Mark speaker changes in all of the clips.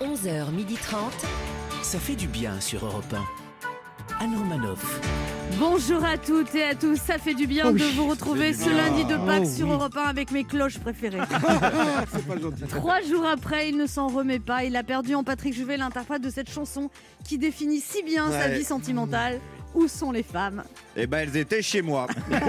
Speaker 1: 13h30.
Speaker 2: Ça fait du bien sur Europe 1. Anne Romanoff.
Speaker 3: Bonjour à toutes et à tous, ça fait du bien
Speaker 4: Oh
Speaker 3: de
Speaker 4: oui,
Speaker 3: vous retrouver
Speaker 4: ça
Speaker 3: ce
Speaker 4: fait du bien.
Speaker 3: lundi de Pâques
Speaker 4: Oh
Speaker 3: sur
Speaker 4: oui.
Speaker 3: Europe 1 avec mes cloches préférées.
Speaker 4: C'est pas gentil.
Speaker 3: Trois jours après, il ne s'en remet pas, il a perdu en Patrick Juvet l'interprète de cette chanson qui définit si bien sa
Speaker 5: Ouais.
Speaker 3: vie sentimentale. Où sont les femmes
Speaker 5: Eh ben, elles étaient chez moi.
Speaker 3: Ben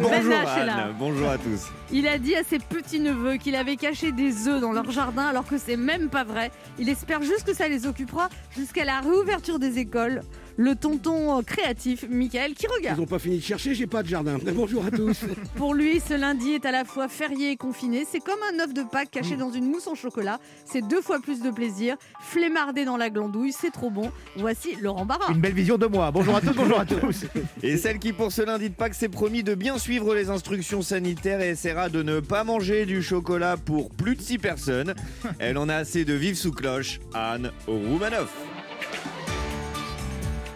Speaker 5: Bonjour
Speaker 3: H est là.
Speaker 5: Anne, bonjour à tous.
Speaker 3: Il a dit à ses petits-neveux qu'il avait caché des œufs dans leur jardin alors que c'est même pas vrai. Il espère juste que ça les occupera jusqu'à la réouverture des écoles. Le tonton euh, créatif, Michael, qui
Speaker 4: Ils
Speaker 3: regarde.
Speaker 4: ont pas fini de chercher, j'ai pas de jardin. Mais bonjour à tous.
Speaker 3: Pour lui, ce lundi est à la fois férié et confiné. C'est comme un œuf de Pâques caché
Speaker 6: Mm.
Speaker 3: dans une mousse en chocolat. C'est deux fois plus de plaisir. Flémardé dans la glandouille, c'est trop bon. Voici Laurent Barra.
Speaker 6: Une belle vision de moi. Bonjour à tous, bonjour à tous.
Speaker 5: Et celle qui, pour ce lundi de Pâques, s'est promis de bien suivre les instructions sanitaires et essaiera de ne pas manger du chocolat pour plus de 6 personnes. Elle en a assez de vivre sous cloche. Anne Roumanoff.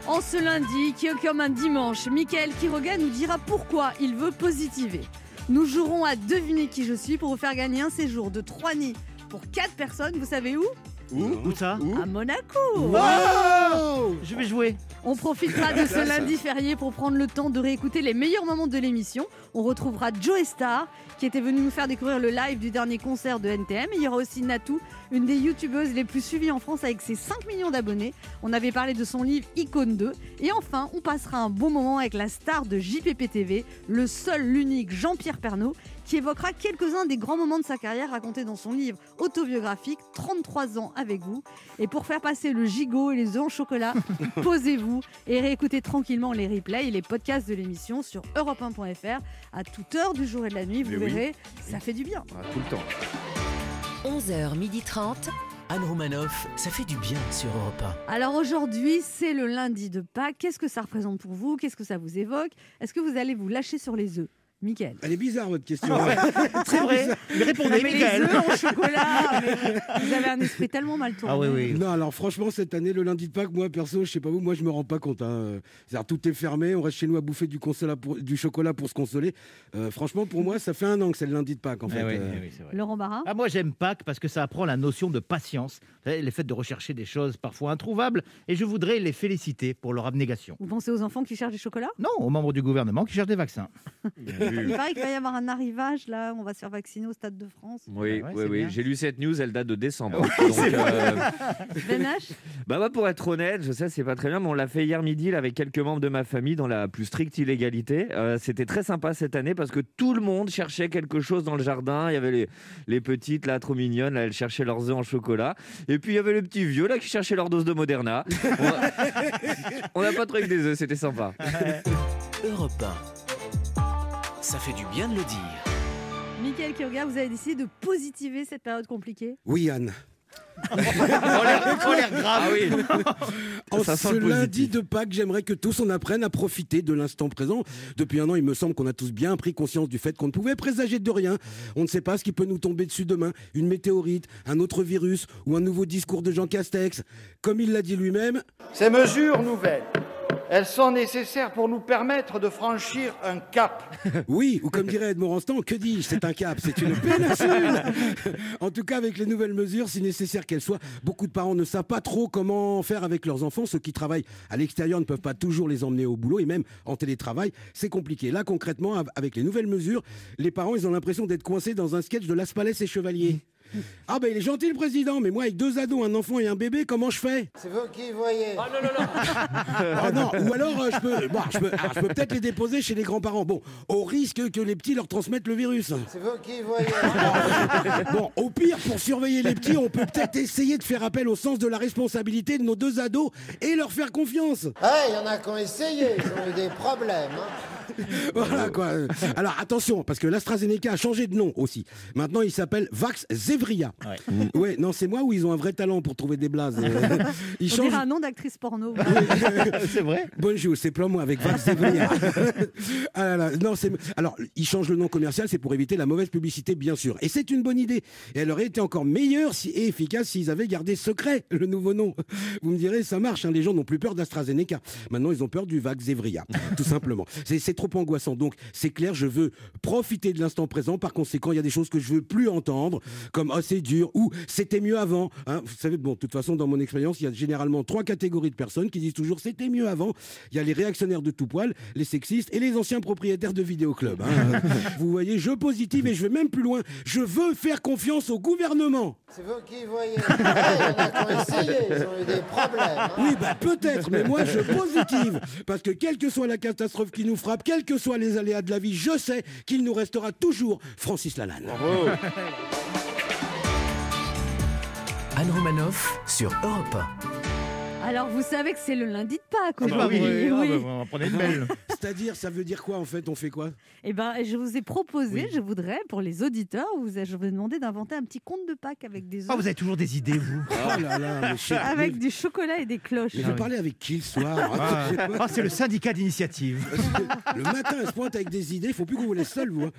Speaker 3: En ce lundi, qui est comme un dimanche, Michael Quiroga nous dira pourquoi il veut positiver. Nous jouerons à deviner qui je suis pour vous faire gagner un séjour de 3 nids pour 4 personnes. Vous savez où
Speaker 5: Où
Speaker 6: Où ça
Speaker 5: Où
Speaker 3: À Monaco
Speaker 4: Wow
Speaker 6: Je vais jouer.
Speaker 3: On profitera de ce lundi férié pour prendre le temps de réécouter les meilleurs moments de l'émission. On retrouvera Joe Star qui était venu nous faire découvrir le live du dernier concert de NTM. Il y aura aussi Natou, une des youtubeuses les plus suivies en France avec ses 5 millions d'abonnés. On avait parlé de son livre Icône 2. Et enfin, on passera un bon moment avec la star de JPP TV, le seul, l'unique Jean-Pierre Pernaud, qui évoquera quelques-uns des grands moments de sa carrière racontés dans son livre autobiographique 33 ans avec vous. Et pour faire passer le gigot et les œufs en chocolat, posez-vous et réécoutez tranquillement les replays et les podcasts de l'émission sur europe1.fr à toute heure du jour et de la nuit. Vous
Speaker 5: Mais oui.
Speaker 3: verrez, ça fait du bien.
Speaker 5: Ah, Tout le temps.
Speaker 1: 11h30.
Speaker 2: Anne Romanoff, ça fait du bien sur Europe
Speaker 3: Alors aujourd'hui, c'est le lundi de Pâques. Qu'est-ce que ça représente pour vous Qu'est-ce que ça vous évoque Est-ce que vous allez vous lâcher sur les œufs Mickaël
Speaker 4: Elle est bizarre votre question. hein.
Speaker 6: Ah C'est vrai. Mais répondez,
Speaker 3: mais les
Speaker 6: Michael.
Speaker 3: œufs en chocolat mais Vous avez un esprit tellement mal tourné.
Speaker 6: Ah oui, oui.
Speaker 4: Non, alors franchement, cette année, le lundi de Pâques, moi perso, je sais pas vous, moi je me rends pas compte. hein. C'est-à-dire, tout est fermé, on reste chez nous à bouffer du, consola pour- du chocolat pour se consoler. Euh, franchement, pour moi, ça fait un an que c'est le lundi de Pâques en fait.
Speaker 6: Eh oui,
Speaker 4: Euh,
Speaker 6: eh oui, c'est vrai.
Speaker 3: Laurent Barra
Speaker 6: Ah, moi j'aime Pâques parce que ça apprend la notion de patience, Vous savez, le fait de rechercher des choses parfois introuvables, et je voudrais les féliciter pour leur abnégation.
Speaker 3: Vous pensez aux enfants qui cherchent des chocolats
Speaker 6: Non, aux membres du gouvernement qui cherchent des vaccins.
Speaker 3: Il paraît qu'il va y avoir un arrivage là, on va se faire vacciner au Stade de France.
Speaker 5: Oui,
Speaker 6: Ah ouais,
Speaker 5: oui,
Speaker 6: c'est
Speaker 5: oui.
Speaker 6: bien.
Speaker 5: J'ai lu cette news, elle date de décembre. Donc, euh,
Speaker 3: Ben H,
Speaker 5: Bah moi pour être honnête, je sais c'est pas très bien, mais on l'a fait hier midi là, avec quelques membres de ma famille dans la plus stricte illégalité. Euh, C'était très sympa cette année parce que tout le monde cherchait quelque chose dans le jardin. Il y avait les, les petites là trop mignonnes, là, elles cherchaient leurs œufs en chocolat. Et puis il y avait les petits vieux là qui cherchaient leur dose de Moderna. On a- On n'a pas trouvé que des œufs, c'était sympa.
Speaker 2: 1. Europe 1. Ça fait du bien de le dire.
Speaker 3: Michael Kyoga, vous avez décidé de positiver cette période compliquée.
Speaker 4: Oui, Anne.
Speaker 5: Ah oui.
Speaker 4: En
Speaker 5: Ça
Speaker 4: ce
Speaker 5: sent le
Speaker 4: lundi
Speaker 5: positif.
Speaker 4: de Pâques, j'aimerais que tous on apprenne à profiter de l'instant présent. Depuis un an, il me semble qu'on a tous bien pris conscience du fait qu'on ne pouvait présager de rien. On ne sait pas ce qui peut nous tomber dessus demain. Une météorite, un autre virus ou un nouveau discours de Jean Castex. Comme il l'a dit lui-même,
Speaker 7: Ces mesures nouvelles, elles sont nécessaires pour nous permettre de franchir un cap.
Speaker 4: oui, ou comme dirait Ed Moranstan, que dis-je C'est un cap, c'est une péninsule En tout cas, avec les nouvelles mesures, si nécessaire qu'elles soient, beaucoup de parents ne savent pas trop comment faire avec leurs enfants. Ceux qui travaillent à l'extérieur ne peuvent pas toujours les emmener au boulot et même en télétravail, c'est compliqué. Là, concrètement, av- avec les nouvelles mesures, les parents, ils ont l'impression d'être coincés dans un sketch de Las Palais et Chevalier. Ah ben il est gentil le président, mais moi avec deux ados, un enfant et un bébé, comment je fais
Speaker 7: C'est vous qui voyez.
Speaker 4: Ah non, ou alors euh, je peux, bon, je peux, alors, je peux peut-être les déposer chez les grands-parents. Bon, au risque que les petits leur transmettent le virus.
Speaker 7: C'est vous qui voyez.
Speaker 4: Bon, au pire, pour surveiller les petits, on peut peut-être essayer de faire appel au sens de la responsabilité de nos deux ados et leur faire confiance.
Speaker 7: Ah, il y en a qui ont essayé, ils ont eu des problèmes. hein.
Speaker 4: Voilà quoi. Alors attention, parce que l'AstraZeneca a changé de nom aussi. Maintenant, il s'appelle Vax Zevria. Ouais. non, c'est moi où ils ont un vrai talent pour trouver des blases. Euh, Ils
Speaker 3: On
Speaker 4: changent.
Speaker 3: dirait un nom d'actrice porno.
Speaker 6: C'est vrai
Speaker 4: Bonjour, c'est plan moi avec Vax Zevria. ah là là, non, c'est alors ils changent le nom commercial, c'est pour éviter la mauvaise publicité bien sûr. Et c'est une bonne idée. Et elle aurait été encore meilleure si- et efficace s'ils avaient gardé secret le nouveau nom. Vous me direz, ça marche. hein, les gens n'ont plus peur d'AstraZeneca. Maintenant, ils ont peur du Vax Zevria, tout simplement. C'est c'est trop angoissant. Donc, c'est clair, je veux profiter de l'instant présent. Par conséquent, il y a des choses que je veux plus entendre, comme oh, c'est dur ou c'était mieux avant. hein. vous savez, bon, de toute façon, dans mon expérience, il y a généralement trois catégories de personnes qui disent toujours c'était mieux avant. Il y a les réactionnaires de tout poil, les sexistes et les anciens propriétaires de vidéoclubs. hein. vous voyez, je positive et je vais même plus loin. Je veux faire confiance au gouvernement.
Speaker 1: C'est vous qui voyez. Ouais, Il y en a qui ont essayé, ils ont eu des problèmes. hein.
Speaker 4: Oui, bah peut-être, mais moi je positive. Parce que quelle que soit la catastrophe qui nous frappe, quels que soient les aléas de la vie, je sais qu'il nous restera toujours Francis Lalanne.
Speaker 6: Oh.
Speaker 2: Anne Romanoff sur Europe 1.
Speaker 3: Alors, vous savez que c'est le lundi de Pâques
Speaker 6: Ah bah
Speaker 3: aujourd'hui.
Speaker 6: oui, ah
Speaker 3: oui.
Speaker 6: bah on va prendre une belle.
Speaker 4: C'est-à-dire, ça veut dire quoi en fait On fait quoi
Speaker 3: Eh ben, je vous ai proposé, je voudrais, pour les auditeurs, vous, je vous ai demandé d'inventer un petit conte de Pâques avec des
Speaker 6: Ah,
Speaker 3: œufs,
Speaker 6: vous avez toujours des idées, vous.
Speaker 4: Oh là là, mais je sais-
Speaker 3: avec
Speaker 4: mais-
Speaker 3: du chocolat et des cloches. Ah
Speaker 4: mais vous parlez avec qui le
Speaker 7: hein.
Speaker 4: soir
Speaker 6: Ah, ah, c'est le syndicat d'initiative.
Speaker 4: Le matin, elle se pointe avec des idées, faut plus qu'on vous laisse seul, vous. hein.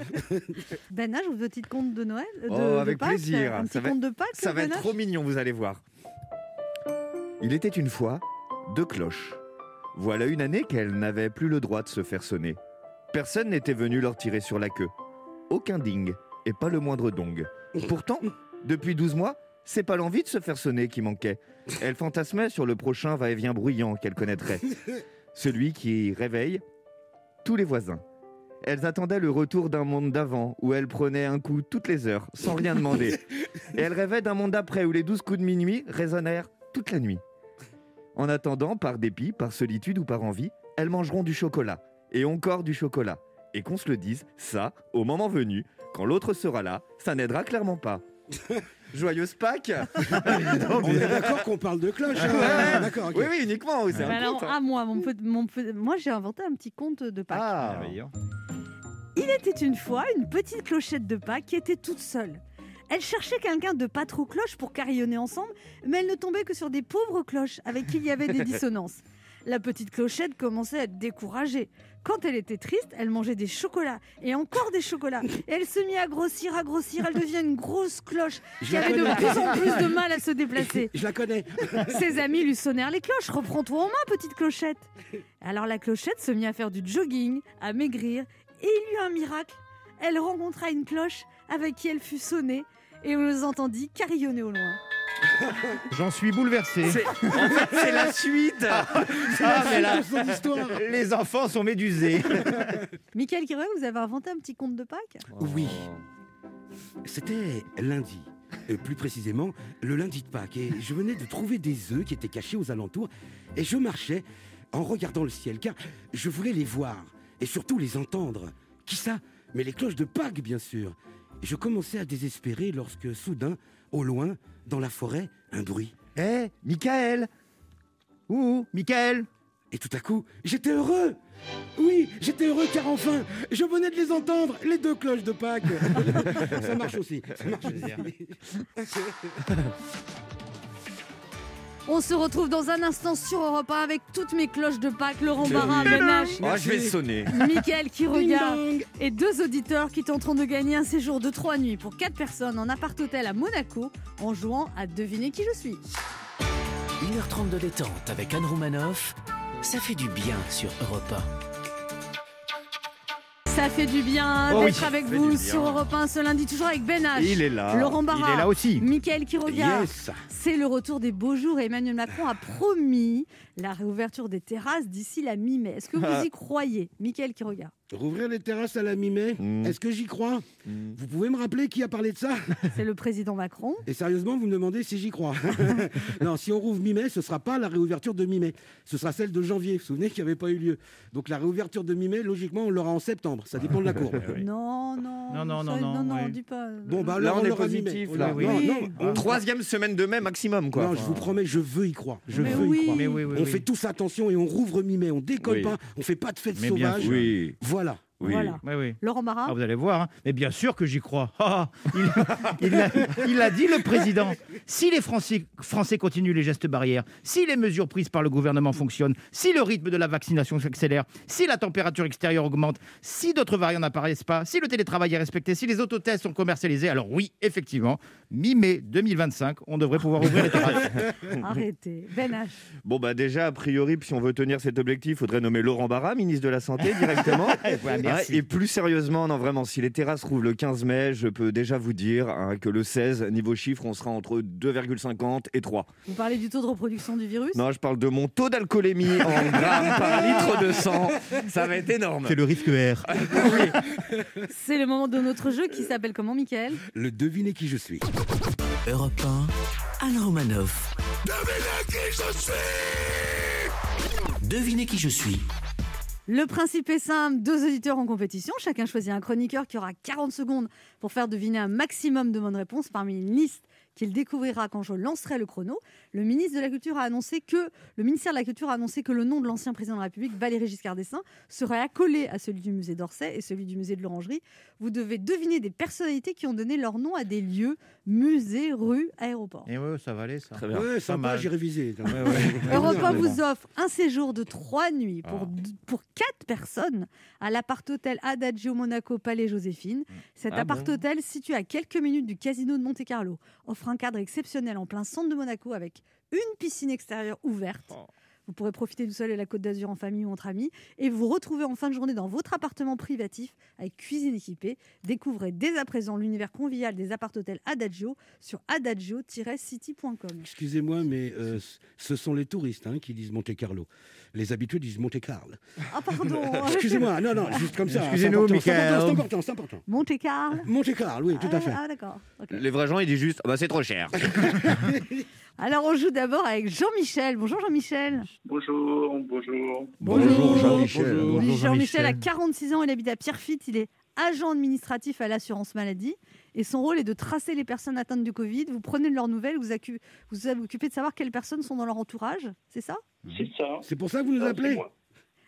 Speaker 3: Benach, vous avez un petit conte de Noël euh, de,
Speaker 5: Oh,
Speaker 3: de
Speaker 5: avec
Speaker 3: Pâques,
Speaker 5: plaisir.
Speaker 3: Un petit
Speaker 5: Ça va-
Speaker 3: conte de Pâques, Ben
Speaker 5: Ça va être
Speaker 3: Benach
Speaker 5: trop mignon, vous allez voir. Il était une fois deux cloches. Voilà une année qu'elles n'avaient plus le droit de se faire sonner. Personne n'était venu leur tirer sur la queue. Aucun ding et pas le moindre dong. Pourtant, depuis 12 mois, c'est pas l'envie de se faire sonner qui manquait. Elles fantasmaient sur le prochain va-et-vient bruyant qu'elles connaîtraient.
Speaker 6: Eh.
Speaker 5: Celui qui réveille tous les voisins. Elles attendaient le retour d'un monde d'avant où elles prenaient un coup toutes les heures sans rien demander. Et elle rêvait d'un monde d'après où les douze coups de minuit résonnèrent toute la nuit. En attendant, par dépit, par solitude ou par envie, elles mangeront du chocolat. Et encore du chocolat. Et qu'on se le dise, ça, au moment venu, quand l'autre sera là, ça n'aidera clairement pas. Joyeuse Pâques
Speaker 4: On est d'accord qu'on parle de cloche. hein.
Speaker 5: Ouais.
Speaker 4: D'accord. ok.
Speaker 5: Oui, oui, uniquement, c'est
Speaker 3: Mais
Speaker 5: un
Speaker 3: alors,
Speaker 5: conte, hein.
Speaker 3: à moi, mon pe- mon pe- moi j'ai inventé un petit conte de Pâques.
Speaker 5: Ah,
Speaker 3: C'était une fois une petite clochette de Pâques qui était toute seule. Elle cherchait quelqu'un de pas trop cloche pour carillonner ensemble, mais elle ne tombait que sur des pauvres cloches avec qui il y avait des dissonances. La petite clochette commençait à être découragée. Quand elle était triste, elle mangeait des chocolats et encore des chocolats. Et elle se mit à grossir, à grossir. Elle devient une grosse cloche
Speaker 4: Je
Speaker 3: qui
Speaker 4: la
Speaker 3: avait de
Speaker 4: connais.
Speaker 3: plus en plus de mal à se déplacer.
Speaker 4: Je la connais.
Speaker 3: Ses amis lui sonnèrent les cloches. Reprends-toi en main, petite clochette. Alors la clochette se mit à faire du jogging, à maigrir, et il y eut un miracle. Elle rencontra une cloche avec qui elle fut sonnée, et on les entendit carillonner au loin.
Speaker 6: J'en suis bouleversé.
Speaker 5: C'est- en fait, c'est la suite
Speaker 6: Ah, mais là,
Speaker 4: C'est son histoire.
Speaker 6: les enfants sont médusés.
Speaker 3: Michael Kiroy, vous avez inventé un petit conte de Pâques
Speaker 4: Oui. C'était lundi. Euh, plus précisément, le lundi de Pâques. Et je venais de trouver des œufs qui étaient cachés aux alentours. Et je marchais en regardant le ciel, car je voulais les voir. Et surtout les entendre. Qui ça Mais les cloches de Pâques, bien sûr. Et je commençais à désespérer lorsque, soudain, au loin, dans la forêt, un bruit.
Speaker 6: Eh, Michael Ouh, Michael
Speaker 4: Et tout à coup, j'étais heureux Oui, j'étais heureux car enfin, je venais de les entendre, les deux cloches de Pâques Ça marche aussi, ça marche aussi.
Speaker 3: On se retrouve dans un instant sur Europe 1 avec toutes mes cloches de Pâques, Laurent Barra, Ben H,
Speaker 5: Oh, je vais sonner.
Speaker 3: Michael
Speaker 4: Ding
Speaker 3: Kiroga
Speaker 4: dong.
Speaker 3: et deux auditeurs qui tenteront de gagner un séjour de trois nuits pour quatre personnes en appart-hôtel à Monaco en jouant à deviner qui je suis.
Speaker 2: 1h30 de détente avec Anne Romanoff, ça fait du bien sur Europe
Speaker 3: Ça fait du bien
Speaker 6: Oh oui,
Speaker 3: d'être avec
Speaker 5: ça fait
Speaker 3: vous
Speaker 5: du bien.
Speaker 3: sur Europe 1 ce lundi, toujours avec Ben H.
Speaker 5: Il est là.
Speaker 3: Laurent
Speaker 6: Il
Speaker 3: Barra,
Speaker 6: est là aussi.
Speaker 3: Mickaël Quiroga.
Speaker 4: Yes
Speaker 3: C'est le retour des beaux jours et Emmanuel Macron a promis la réouverture des terrasses d'ici la mi-mai. Est-ce que vous y croyez, Mickaël Quiroga
Speaker 4: Rouvrir les terrasses à la mi-mai,
Speaker 5: Mm.
Speaker 4: est-ce que j'y crois
Speaker 5: Mm.
Speaker 4: Vous pouvez me rappeler qui a parlé de ça
Speaker 3: C'est le président Macron.
Speaker 4: Et sérieusement, vous me demandez si j'y crois. non, si on rouvre mi-mai, ce ne sera pas la réouverture de mi-mai. Ce sera celle de janvier. Vous vous souvenez qu'il n'y avait pas eu lieu. Donc la réouverture de mi-mai, logiquement, on l'aura en septembre. Ça dépend de la courbe.
Speaker 3: Non, non,
Speaker 6: Non, non,
Speaker 3: ça-
Speaker 6: non, non,
Speaker 3: non,
Speaker 6: oui.
Speaker 3: dis pas. euh,
Speaker 4: Bon, bah
Speaker 5: Là,
Speaker 4: alors
Speaker 5: on est
Speaker 4: l'aura mi-mai.
Speaker 5: positif,
Speaker 4: On
Speaker 5: là.
Speaker 4: l'aura-
Speaker 6: Oui. Ah.
Speaker 4: Non, non, on-
Speaker 5: Troisième semaine de mai maximum, quoi.
Speaker 4: non, je vous promets, je veux y croire. Je
Speaker 3: Mais
Speaker 4: veux
Speaker 3: oui.
Speaker 4: y croire.
Speaker 6: Mais oui, oui,
Speaker 4: on
Speaker 6: oui.
Speaker 4: fait tous attention et on rouvre mi-mai. On décolle
Speaker 5: Oui.
Speaker 4: pas. On fait pas de fête
Speaker 6: Mais bien
Speaker 4: sauvage.
Speaker 5: Oui.
Speaker 4: Voilà.
Speaker 5: Oui.
Speaker 3: Voilà.
Speaker 6: Oui, oui.
Speaker 3: Laurent Barra
Speaker 6: Ah, vous allez voir, hein. mais bien sûr que j'y crois. Ah, il, il a, il a dit le président. Si les Français, Français continuent les gestes barrières, si les mesures prises par le gouvernement fonctionnent, si le rythme de la vaccination s'accélère, si la température extérieure augmente, si d'autres variants n'apparaissent pas, si le télétravail est respecté, si les autotests sont commercialisés, alors oui, effectivement, mi-mai 2025, on devrait pouvoir ouvrir les terrasses.
Speaker 3: Arrêtez. Ben H.
Speaker 5: Bon, bah déjà, a priori, si on veut tenir cet objectif, il faudrait nommer Laurent Barra, ministre de la Santé, directement.
Speaker 6: Ouais,
Speaker 5: Hein,
Speaker 6: merci.
Speaker 5: et plus sérieusement, non, vraiment, si les terrasses rouvrent le 15 mai, je peux déjà vous dire hein, que le 16, niveau chiffre, on sera entre 2,50 et 3.
Speaker 3: Vous parlez du taux de reproduction du virus
Speaker 5: Non, je parle de mon taux d'alcoolémie en grammes par litre de sang. Ça va être énorme. Ah,
Speaker 6: le risque R.
Speaker 3: C'est le moment de notre jeu qui s'appelle comment, Michael
Speaker 4: Le devinez qui je suis.
Speaker 2: Europe 1, Alain Romanov. Devinez qui je suis
Speaker 3: Le principe est simple, deux auditeurs en compétition, chacun choisit un chroniqueur qui aura 40 secondes pour faire deviner un maximum de bonnes réponses parmi une liste qu'il découvrira quand je lancerai le chrono. Le ministre de la Culture a annoncé que le ministère de la Culture a annoncé que le nom de l'ancien président de la République Valéry Giscard d'Estaing serait accolé à celui du musée d'Orsay et celui du musée de l'Orangerie. Vous devez deviner des personnalités qui ont donné leur nom à des lieux, musées, rues, aéroports.
Speaker 6: Et ouais, ça valait ça.
Speaker 5: Très bien.
Speaker 4: Ouais, sympa,
Speaker 6: mal.
Speaker 4: j'ai révisé.
Speaker 6: Ouais, ouais.
Speaker 3: Europe 1
Speaker 4: Énorme.
Speaker 3: vous offre un séjour de trois nuits pour,
Speaker 6: Ah.
Speaker 3: d- pour quatre personnes à l'appart-hôtel Adagio Monaco Palais Joséphine. Cet
Speaker 5: Ah bon
Speaker 3: appart-hôtel, situé à quelques minutes du casino de Monte-Carlo, offre un cadre exceptionnel en plein centre de Monaco avec une piscine extérieure ouverte.
Speaker 6: Oh.
Speaker 3: Vous pourrez profiter du soleil et la côte d'Azur en famille ou entre amis et vous vous retrouvez en fin de journée dans votre appartement privatif avec cuisine équipée. Découvrez dès à présent l'univers convivial des appart-hôtels Adagio sur adagio-city.com.
Speaker 4: Excusez-moi, mais euh, c- ce sont les touristes hein, qui disent Monte Carlo. Les habitués disent Monte Carlo.
Speaker 3: Ah pardon
Speaker 4: Excusez-moi, non, non, juste comme ça. hein,
Speaker 6: Excusez-nous,
Speaker 4: c'est important, c'est important,
Speaker 6: Michael.
Speaker 4: C'est important, c'est important.
Speaker 3: Monte Carlo
Speaker 4: Monte Carlo, oui, tout à
Speaker 3: Ah,
Speaker 4: fait.
Speaker 3: Ah, d'accord. ok.
Speaker 5: Les vrais gens, ils disent juste, Ah bah, c'est trop cher.
Speaker 3: Alors, on joue d'abord avec Jean-Michel. Bonjour Jean-Michel.
Speaker 8: Bonjour, bonjour.
Speaker 6: Bonjour Jean-Michel.
Speaker 3: Oui, Jean-Michel a 46 ans, il habite à Pierrefitte, il est agent administratif à l'assurance maladie et son rôle est de tracer les personnes atteintes du Covid. Vous prenez de leurs nouvelles, vous accu- vous vous occupez de savoir quelles personnes sont dans leur entourage, c'est ça
Speaker 8: C'est ça.
Speaker 4: C'est pour ça que vous nous
Speaker 8: Ah, c'est
Speaker 4: appelez
Speaker 8: moi.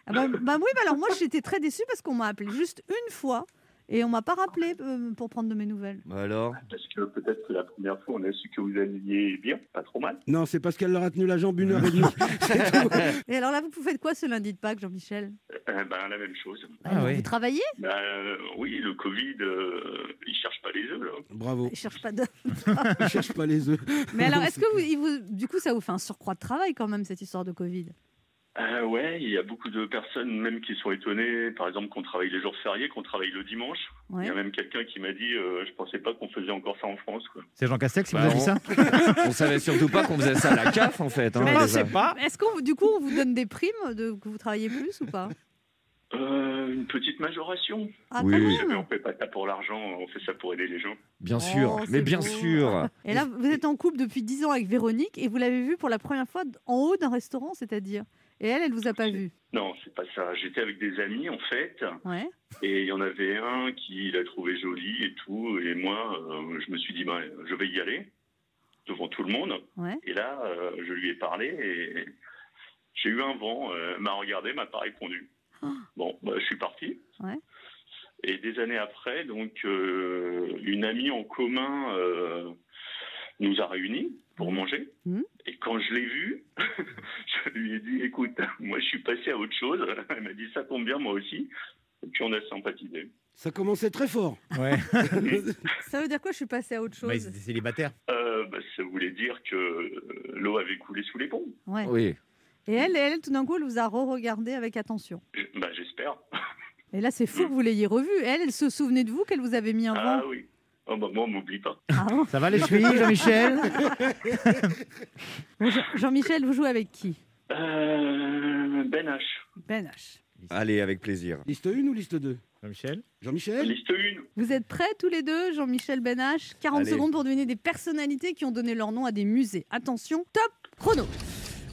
Speaker 3: Ah bah, bah oui, bah alors moi j'étais très déçue parce qu'on m'a appelé juste une fois et on m'a pas rappelé euh, pour prendre de mes nouvelles.
Speaker 5: Bah Alors
Speaker 8: Ah, Parce que peut-être que la première fois, on a su que vous alliez bien, pas trop mal.
Speaker 4: Non, c'est parce qu'elle leur a tenu la jambe une heure et demie. C'est tout.
Speaker 3: Et alors là, vous faites quoi ce lundi de Pâques, Jean-Michel
Speaker 8: Eh ben, la même chose.
Speaker 6: Ah
Speaker 3: Alors,
Speaker 6: oui.
Speaker 3: Vous travaillez
Speaker 8: Ben, euh, oui, le Covid, euh, il cherche pas les œufs, là.
Speaker 4: Bravo.
Speaker 3: Je cherche pas de.
Speaker 4: Je cherche pas les œufs.
Speaker 3: Mais alors, est-ce que vous, il vous- du coup, ça vous fait un surcroît de travail quand même cette histoire de Covid
Speaker 8: Euh, ouais, il y a beaucoup de personnes même qui sont étonnées, par exemple, qu'on travaille les jours fériés, qu'on travaille le dimanche. Il
Speaker 3: Ouais.
Speaker 8: y a même quelqu'un qui m'a dit, euh, je pensais pas qu'on faisait encore ça en France, quoi.
Speaker 6: C'est Jean Castex qui
Speaker 5: Bah,
Speaker 6: vous a dit
Speaker 5: on-
Speaker 6: ça
Speaker 5: On savait surtout pas qu'on faisait ça à la CAF, en fait. hein,
Speaker 6: Je
Speaker 5: déjà.
Speaker 6: ne sais pas.
Speaker 3: Est-ce qu'on, du coup, on vous donne des primes de que vous travaillez plus ou pas
Speaker 8: Euh, une petite majoration.
Speaker 3: Ah,
Speaker 5: Oui.
Speaker 3: quand
Speaker 8: Vous savez,
Speaker 3: même.
Speaker 8: on fait pas ça pour l'argent, on fait ça pour aider les gens.
Speaker 5: Bien sûr,
Speaker 3: Oh,
Speaker 5: mais
Speaker 3: c'est
Speaker 5: bien
Speaker 3: beau.
Speaker 5: sûr.
Speaker 3: Et là, vous êtes en couple depuis 10 ans avec Véronique et vous l'avez vue pour la première fois en haut d'un restaurant, c'est-à-dire. Et elle, elle vous a pas vu.
Speaker 8: Non, c'est pas ça. J'étais avec des amis, en fait.
Speaker 3: Ouais.
Speaker 8: Et il y en avait un qui l'a trouvé joli et tout. Et moi, euh, je me suis dit, ben, je vais y aller devant tout le monde.
Speaker 3: Ouais.
Speaker 8: Et là, euh, je lui ai parlé et j'ai eu un vent. euh, m'a regardé, m'a pas répondu.
Speaker 3: Ah.
Speaker 8: Bon, bah, je suis parti.
Speaker 3: Ouais.
Speaker 8: Et des années après, donc, euh, une amie en commun euh, nous a réunis pour manger.
Speaker 3: Mhm.
Speaker 8: Et quand je l'ai vue, je lui ai dit, écoute, moi, je suis passé à autre chose. Elle m'a dit, ça tombe bien, moi aussi. Et puis, on a sympathisé.
Speaker 4: Ça commençait très fort.
Speaker 6: Ouais.
Speaker 3: Ça veut dire quoi Je suis passée à autre
Speaker 6: Bah,
Speaker 3: chose.
Speaker 6: ils étaient célibataires.
Speaker 8: Euh, bah, ça voulait dire que euh, l'eau avait coulé sous les ponts.
Speaker 3: Ouais.
Speaker 5: Oui.
Speaker 3: Et elle, elle, tout d'un coup, elle vous a re-regardé avec attention.
Speaker 8: J- Bah, J'espère.
Speaker 3: Et là, c'est fou que vous l'ayez revue. Elle, elle se souvenait de vous qu'elle vous avait mis un
Speaker 8: Ah
Speaker 3: vent.
Speaker 8: oui. Oh, bah, moi, on m'oublie pas.
Speaker 3: Ah bon
Speaker 6: Ça va les chevilles, Jean-Michel
Speaker 3: Bon, Jean- Jean-Michel, vous jouez avec qui
Speaker 8: Euh, ben H.
Speaker 3: Ben H.
Speaker 5: Allez, avec plaisir.
Speaker 4: Liste 1 ou liste 2
Speaker 6: Jean-Michel
Speaker 4: Jean-Michel
Speaker 8: Liste 1.
Speaker 3: Vous êtes prêts tous les deux, Jean-Michel Benache 40
Speaker 5: Allez.
Speaker 3: secondes pour deviner des personnalités qui ont donné leur nom à des musées. Attention, top chrono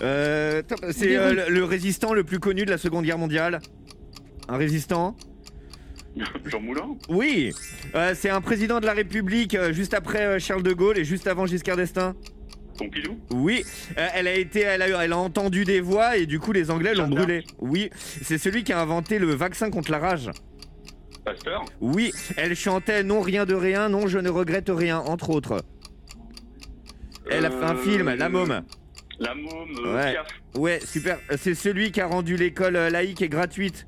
Speaker 5: Euh, top, c'est euh, le, le résistant le plus connu de la Seconde Guerre mondiale. Un résistant
Speaker 8: Jean Moulin.
Speaker 5: Oui. Euh, c'est un président de la République euh, juste après euh, Charles de Gaulle et juste avant Giscard d'Estaing.
Speaker 8: Pompidou.
Speaker 5: Oui. Euh, elle a été, elle a, elle a entendu des voix et du coup les Anglais l'ont
Speaker 8: Jeanne
Speaker 5: brûlé. Oui. C'est celui qui a inventé le vaccin contre la rage.
Speaker 8: Pasteur
Speaker 5: Oui, elle chantait Non, rien de rien, non, je ne regrette rien, entre autres. Elle a fait un
Speaker 8: Euh,
Speaker 5: film, La Môme.
Speaker 8: La môme, euh,
Speaker 5: Ouais.
Speaker 8: Piaf.
Speaker 5: Ouais, super. Euh, C'est celui qui a rendu l'école euh, laïque et gratuite.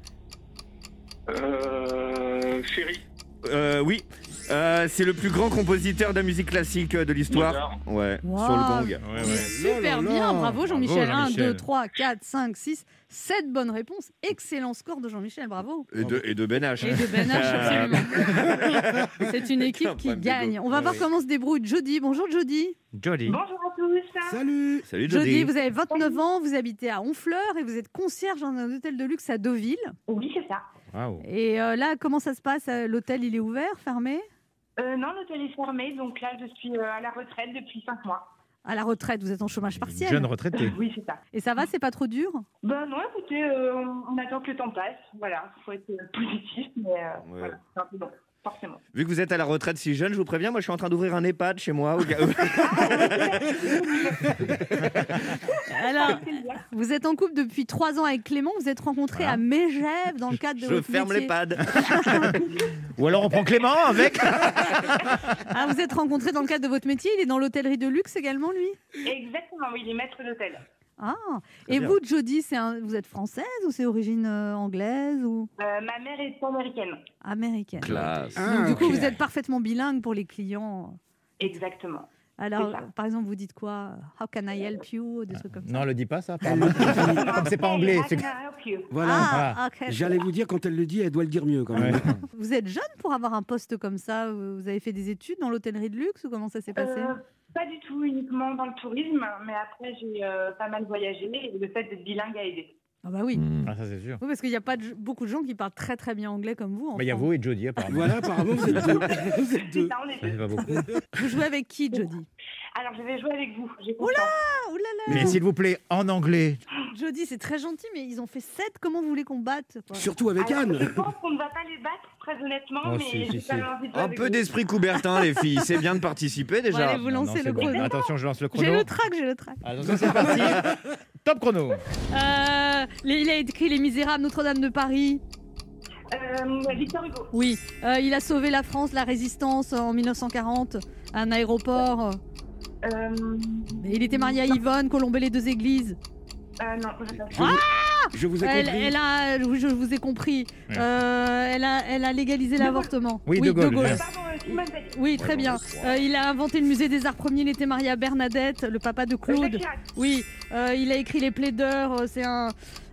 Speaker 8: Euh, Chéri.
Speaker 5: Euh, oui. Euh, c'est le plus grand compositeur de musique classique euh, de l'histoire.
Speaker 8: Mozart.
Speaker 5: Ouais,
Speaker 3: Wow.
Speaker 5: sur le gong.
Speaker 9: Ouais, ouais.
Speaker 3: Super
Speaker 4: Oh là
Speaker 3: bien,
Speaker 4: là.
Speaker 3: bravo Jean-Michel. 1,
Speaker 9: Jean-Michel.
Speaker 3: 2, 3, 4, 5, 6, 7 bonnes réponses. Excellent score de Jean-Michel, bravo.
Speaker 5: Et de, et de Ben H.
Speaker 3: Et de Ben H, absolument. C'est une équipe
Speaker 5: Aucun
Speaker 3: qui
Speaker 5: problème de
Speaker 3: gagne.
Speaker 5: go.
Speaker 3: On va
Speaker 5: Ouais,
Speaker 3: voir
Speaker 5: ouais.
Speaker 3: comment se débrouille Jody. Bonjour Jody.
Speaker 6: Jolly.
Speaker 10: Bonjour à tous.
Speaker 4: Salut
Speaker 5: Salut
Speaker 3: Jody,
Speaker 5: Jody.
Speaker 3: vous avez 29 ans, vous habitez à Honfleur et vous êtes concierge dans un hôtel de luxe à Deauville.
Speaker 10: Oui, c'est ça.
Speaker 6: Waouh.
Speaker 3: Et euh, là, comment ça se passe Euh, L'hôtel, il est ouvert, fermé
Speaker 10: Euh, non, l'hôtel est fermé, donc là, je suis euh, à la retraite depuis 5 mois.
Speaker 3: À la retraite, vous êtes en chômage partiel.
Speaker 6: Jeune retraité.
Speaker 10: Oui, c'est ça.
Speaker 3: Et ça va, c'est pas trop dur
Speaker 10: Ben non, écoutez, euh, on, on attend que le temps passe. Voilà, il faut être euh, positif, mais euh,
Speaker 5: Ouais.
Speaker 10: voilà, c'est un peu long, forcément.
Speaker 5: Vu que vous êtes à la retraite si jeune, je vous préviens, moi je suis en train d'ouvrir un EHPAD chez moi. au cas où.
Speaker 3: Alors, vous êtes en couple depuis 3 ans avec Clément, vous êtes rencontrés à Mégève dans le cadre de
Speaker 5: je
Speaker 3: votre
Speaker 5: ferme
Speaker 3: métier.
Speaker 5: l'EHPAD.
Speaker 6: Ou alors on prend Clément avec.
Speaker 3: Ah, vous êtes rencontrés dans le cadre de votre métier, il est dans l'hôtellerie de luxe également, lui
Speaker 10: Exactement, oui, les maîtres d'hôtel.
Speaker 3: Ah, et
Speaker 5: bien.
Speaker 3: vous, Jody, c'est un- vous êtes française ou c'est origine euh, anglaise ou
Speaker 10: Euh, ma mère est américaine.
Speaker 3: américaine
Speaker 5: Classe.
Speaker 3: Donc,
Speaker 4: Ah,
Speaker 3: du coup,
Speaker 4: ok.
Speaker 3: vous êtes parfaitement bilingue pour les clients.
Speaker 10: Exactement.
Speaker 3: Alors,
Speaker 10: C'est ça.
Speaker 3: euh, par exemple, vous dites quoi How can I help you Des trucs comme ça.
Speaker 9: Non, le dis pas ça. apparemment. Comme c'est pas anglais.
Speaker 10: Hey, I
Speaker 9: c'est-
Speaker 10: can help you.
Speaker 4: Voilà.
Speaker 3: Ah, ok.
Speaker 4: J'allais vous dire, quand elle le dit, elle doit le dire mieux quand même.
Speaker 9: Ouais. Eh ben,
Speaker 3: Vous êtes jeune pour avoir un poste comme ça euh, Vous vous avez fait des études dans l'hôtellerie de luxe ou comment ça s'est passé
Speaker 10: Euh, pas du tout uniquement dans le tourisme, mais après, j'ai euh, pas mal voyagé et le fait d'être bilingue a aidé.
Speaker 3: Ah bah oui.
Speaker 9: Ah, ça, c'est sûr.
Speaker 3: Oui, parce qu'il n'y a pas de- beaucoup de gens qui parlent très très bien anglais comme vous. en
Speaker 9: Mais il y a
Speaker 3: France.
Speaker 9: vous et Jody, apparemment.
Speaker 4: Voilà, apparemment, vous êtes deux. Vous êtes
Speaker 10: C'est
Speaker 4: deux.
Speaker 10: ça, on est
Speaker 9: Ça fait
Speaker 10: deux.
Speaker 9: pas beaucoup.
Speaker 3: Vous jouez avec qui, Jody
Speaker 10: Alors, je vais jouer avec vous. J'ai
Speaker 3: Oula
Speaker 10: confiance.
Speaker 3: Ah, oh là
Speaker 6: Mais s'il vous plaît, en anglais.
Speaker 3: là Jody, c'est très gentil, mais ils ont fait 7. Comment vous voulez qu'on batte quoi
Speaker 4: Surtout avec
Speaker 10: Alors,
Speaker 4: Anne.
Speaker 10: Je pense qu'on ne va pas les battre, très honnêtement,
Speaker 9: Oh,
Speaker 10: mais
Speaker 9: si, si,
Speaker 10: j'ai
Speaker 9: si.
Speaker 10: quand même envie de jouer
Speaker 5: Un
Speaker 10: avec
Speaker 5: peu
Speaker 10: vous.
Speaker 5: d'esprit Coubertin, les filles. C'est bien de participer
Speaker 3: Bon,
Speaker 5: déjà.
Speaker 3: allez, vous
Speaker 9: Non, non,
Speaker 3: lancez
Speaker 9: c'est
Speaker 3: le
Speaker 9: bon.
Speaker 3: chrono.
Speaker 9: Attention, je lance le
Speaker 3: J'ai
Speaker 9: chrono.
Speaker 3: le track, j'ai le track.
Speaker 9: Attention, c'est parti.
Speaker 6: Top chrono.
Speaker 3: Euh, les- il a écrit Les Misérables, Notre-Dame de Paris.
Speaker 10: Euh, Victor Hugo.
Speaker 3: Oui. Euh, il a sauvé la France, la résistance euh, en 1940, un aéroport.
Speaker 10: Euh,
Speaker 3: Mais il était marié à Yvonne, colombait les deux églises.
Speaker 10: euh, non, je sais pas.
Speaker 4: Je vous, je vous ai
Speaker 3: Ah Elle,
Speaker 4: compris.
Speaker 3: elle a, oui, je vous ai compris.
Speaker 9: Ouais.
Speaker 3: Euh, elle, a, elle a légalisé l'avortement.
Speaker 6: Oui, De Gaulle, bien.
Speaker 10: Pardon, euh, Simone Veil.
Speaker 3: Oui, très bien. Euh, il a inventé le musée des arts premiers. Il était marié à Bernadette, le papa de
Speaker 10: Euh, Jacques
Speaker 3: Claude.
Speaker 10: Chirac.
Speaker 3: Oui, euh, il a écrit Les Plaideurs, euh, c'est un...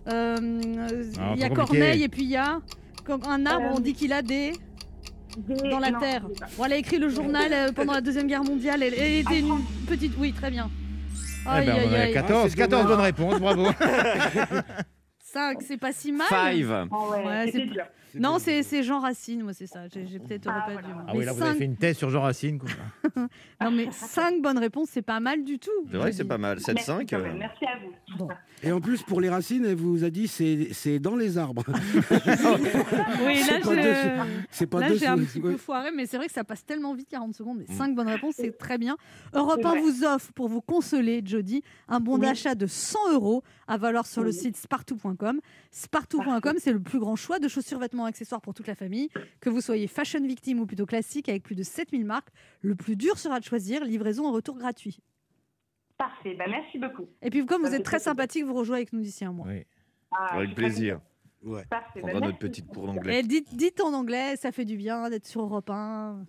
Speaker 3: euh,
Speaker 9: Ah,
Speaker 3: il y a
Speaker 9: trop compliqué.
Speaker 3: Corneille et puis il y a... Comme un arbre,
Speaker 10: Euh,
Speaker 3: on dit qu'il a des...
Speaker 10: Des-
Speaker 3: Dans la
Speaker 10: non,
Speaker 3: terre.
Speaker 10: je sais pas.
Speaker 3: Bon, elle a écrit le journal euh, pendant la Deuxième Guerre mondiale. Elle, elle était une petite... Oui, très bien.
Speaker 9: Eh
Speaker 3: Aïe,
Speaker 9: ben, on
Speaker 3: aïe,
Speaker 9: a
Speaker 3: aïe.
Speaker 9: 14,
Speaker 4: Ah, c'est
Speaker 9: 14
Speaker 4: dommage.
Speaker 9: bonnes réponses, bravo.
Speaker 3: 5, c'est pas si mal.
Speaker 5: Five.
Speaker 10: Ah ouais,
Speaker 3: Ouais,
Speaker 10: c'était
Speaker 3: c'est-
Speaker 10: dur.
Speaker 3: Non, c'est c'est Jean Racine, moi, c'est ça. J'ai j'ai peut-être
Speaker 10: Ah,
Speaker 3: aurait pas
Speaker 10: voilà.
Speaker 3: dû, moi.
Speaker 9: Ah oui,
Speaker 3: Mais
Speaker 9: là, vous
Speaker 3: cinq-
Speaker 9: avez fait une thèse sur Jean Racine. quoi.
Speaker 3: Non, mais 5 bonnes réponses, c'est pas mal du tout.
Speaker 5: C'est vrai que c'est pas mal.
Speaker 10: Merci,
Speaker 5: 7-5.
Speaker 10: quand
Speaker 5: euh,
Speaker 10: même, Merci à vous.
Speaker 4: Et en plus, pour les racines, elle vous a dit c'est c'est dans les arbres.
Speaker 3: Oui, là,
Speaker 4: C'est pas
Speaker 3: je...
Speaker 4: C'est pas
Speaker 3: Là,
Speaker 4: deux
Speaker 3: j'ai un
Speaker 4: sous-
Speaker 3: petit peu foiré, mais c'est vrai que ça passe tellement vite, 40 secondes.
Speaker 5: Mm.
Speaker 3: Mais 5 bonnes réponses, c'est très bien. Europe
Speaker 10: C'est
Speaker 3: 1
Speaker 10: vrai.
Speaker 3: vous offre, pour vous consoler, Jody, un bon
Speaker 10: Oui.
Speaker 3: d'achat de 100 euros à valoir sur le
Speaker 10: Oui.
Speaker 3: site spartou.com. Spartou.com, c'est le plus grand choix de chaussures, vêtements, accessoires pour toute la famille. Que vous soyez fashion victime ou plutôt classique, avec plus de 7000 marques, le plus dur sera de choisir. Livraison en retour gratuit.
Speaker 10: Parfait, bah, merci beaucoup.
Speaker 3: Et puis, comme
Speaker 10: Ça
Speaker 3: vous
Speaker 10: me fait
Speaker 3: êtes très
Speaker 10: plaisir.
Speaker 3: sympathique, vous rejoignez avec nous d'ici un mois.
Speaker 9: Oui.
Speaker 10: Ah, je
Speaker 5: Avec
Speaker 10: suis
Speaker 5: plaisir.
Speaker 4: Ouais.
Speaker 10: très- Parfait,
Speaker 5: On
Speaker 10: bah,
Speaker 5: va notre
Speaker 10: merci.
Speaker 5: petite cour d'anglais.
Speaker 3: Et dites, dites en anglais, ça fait du bien d'être sur Europe 1.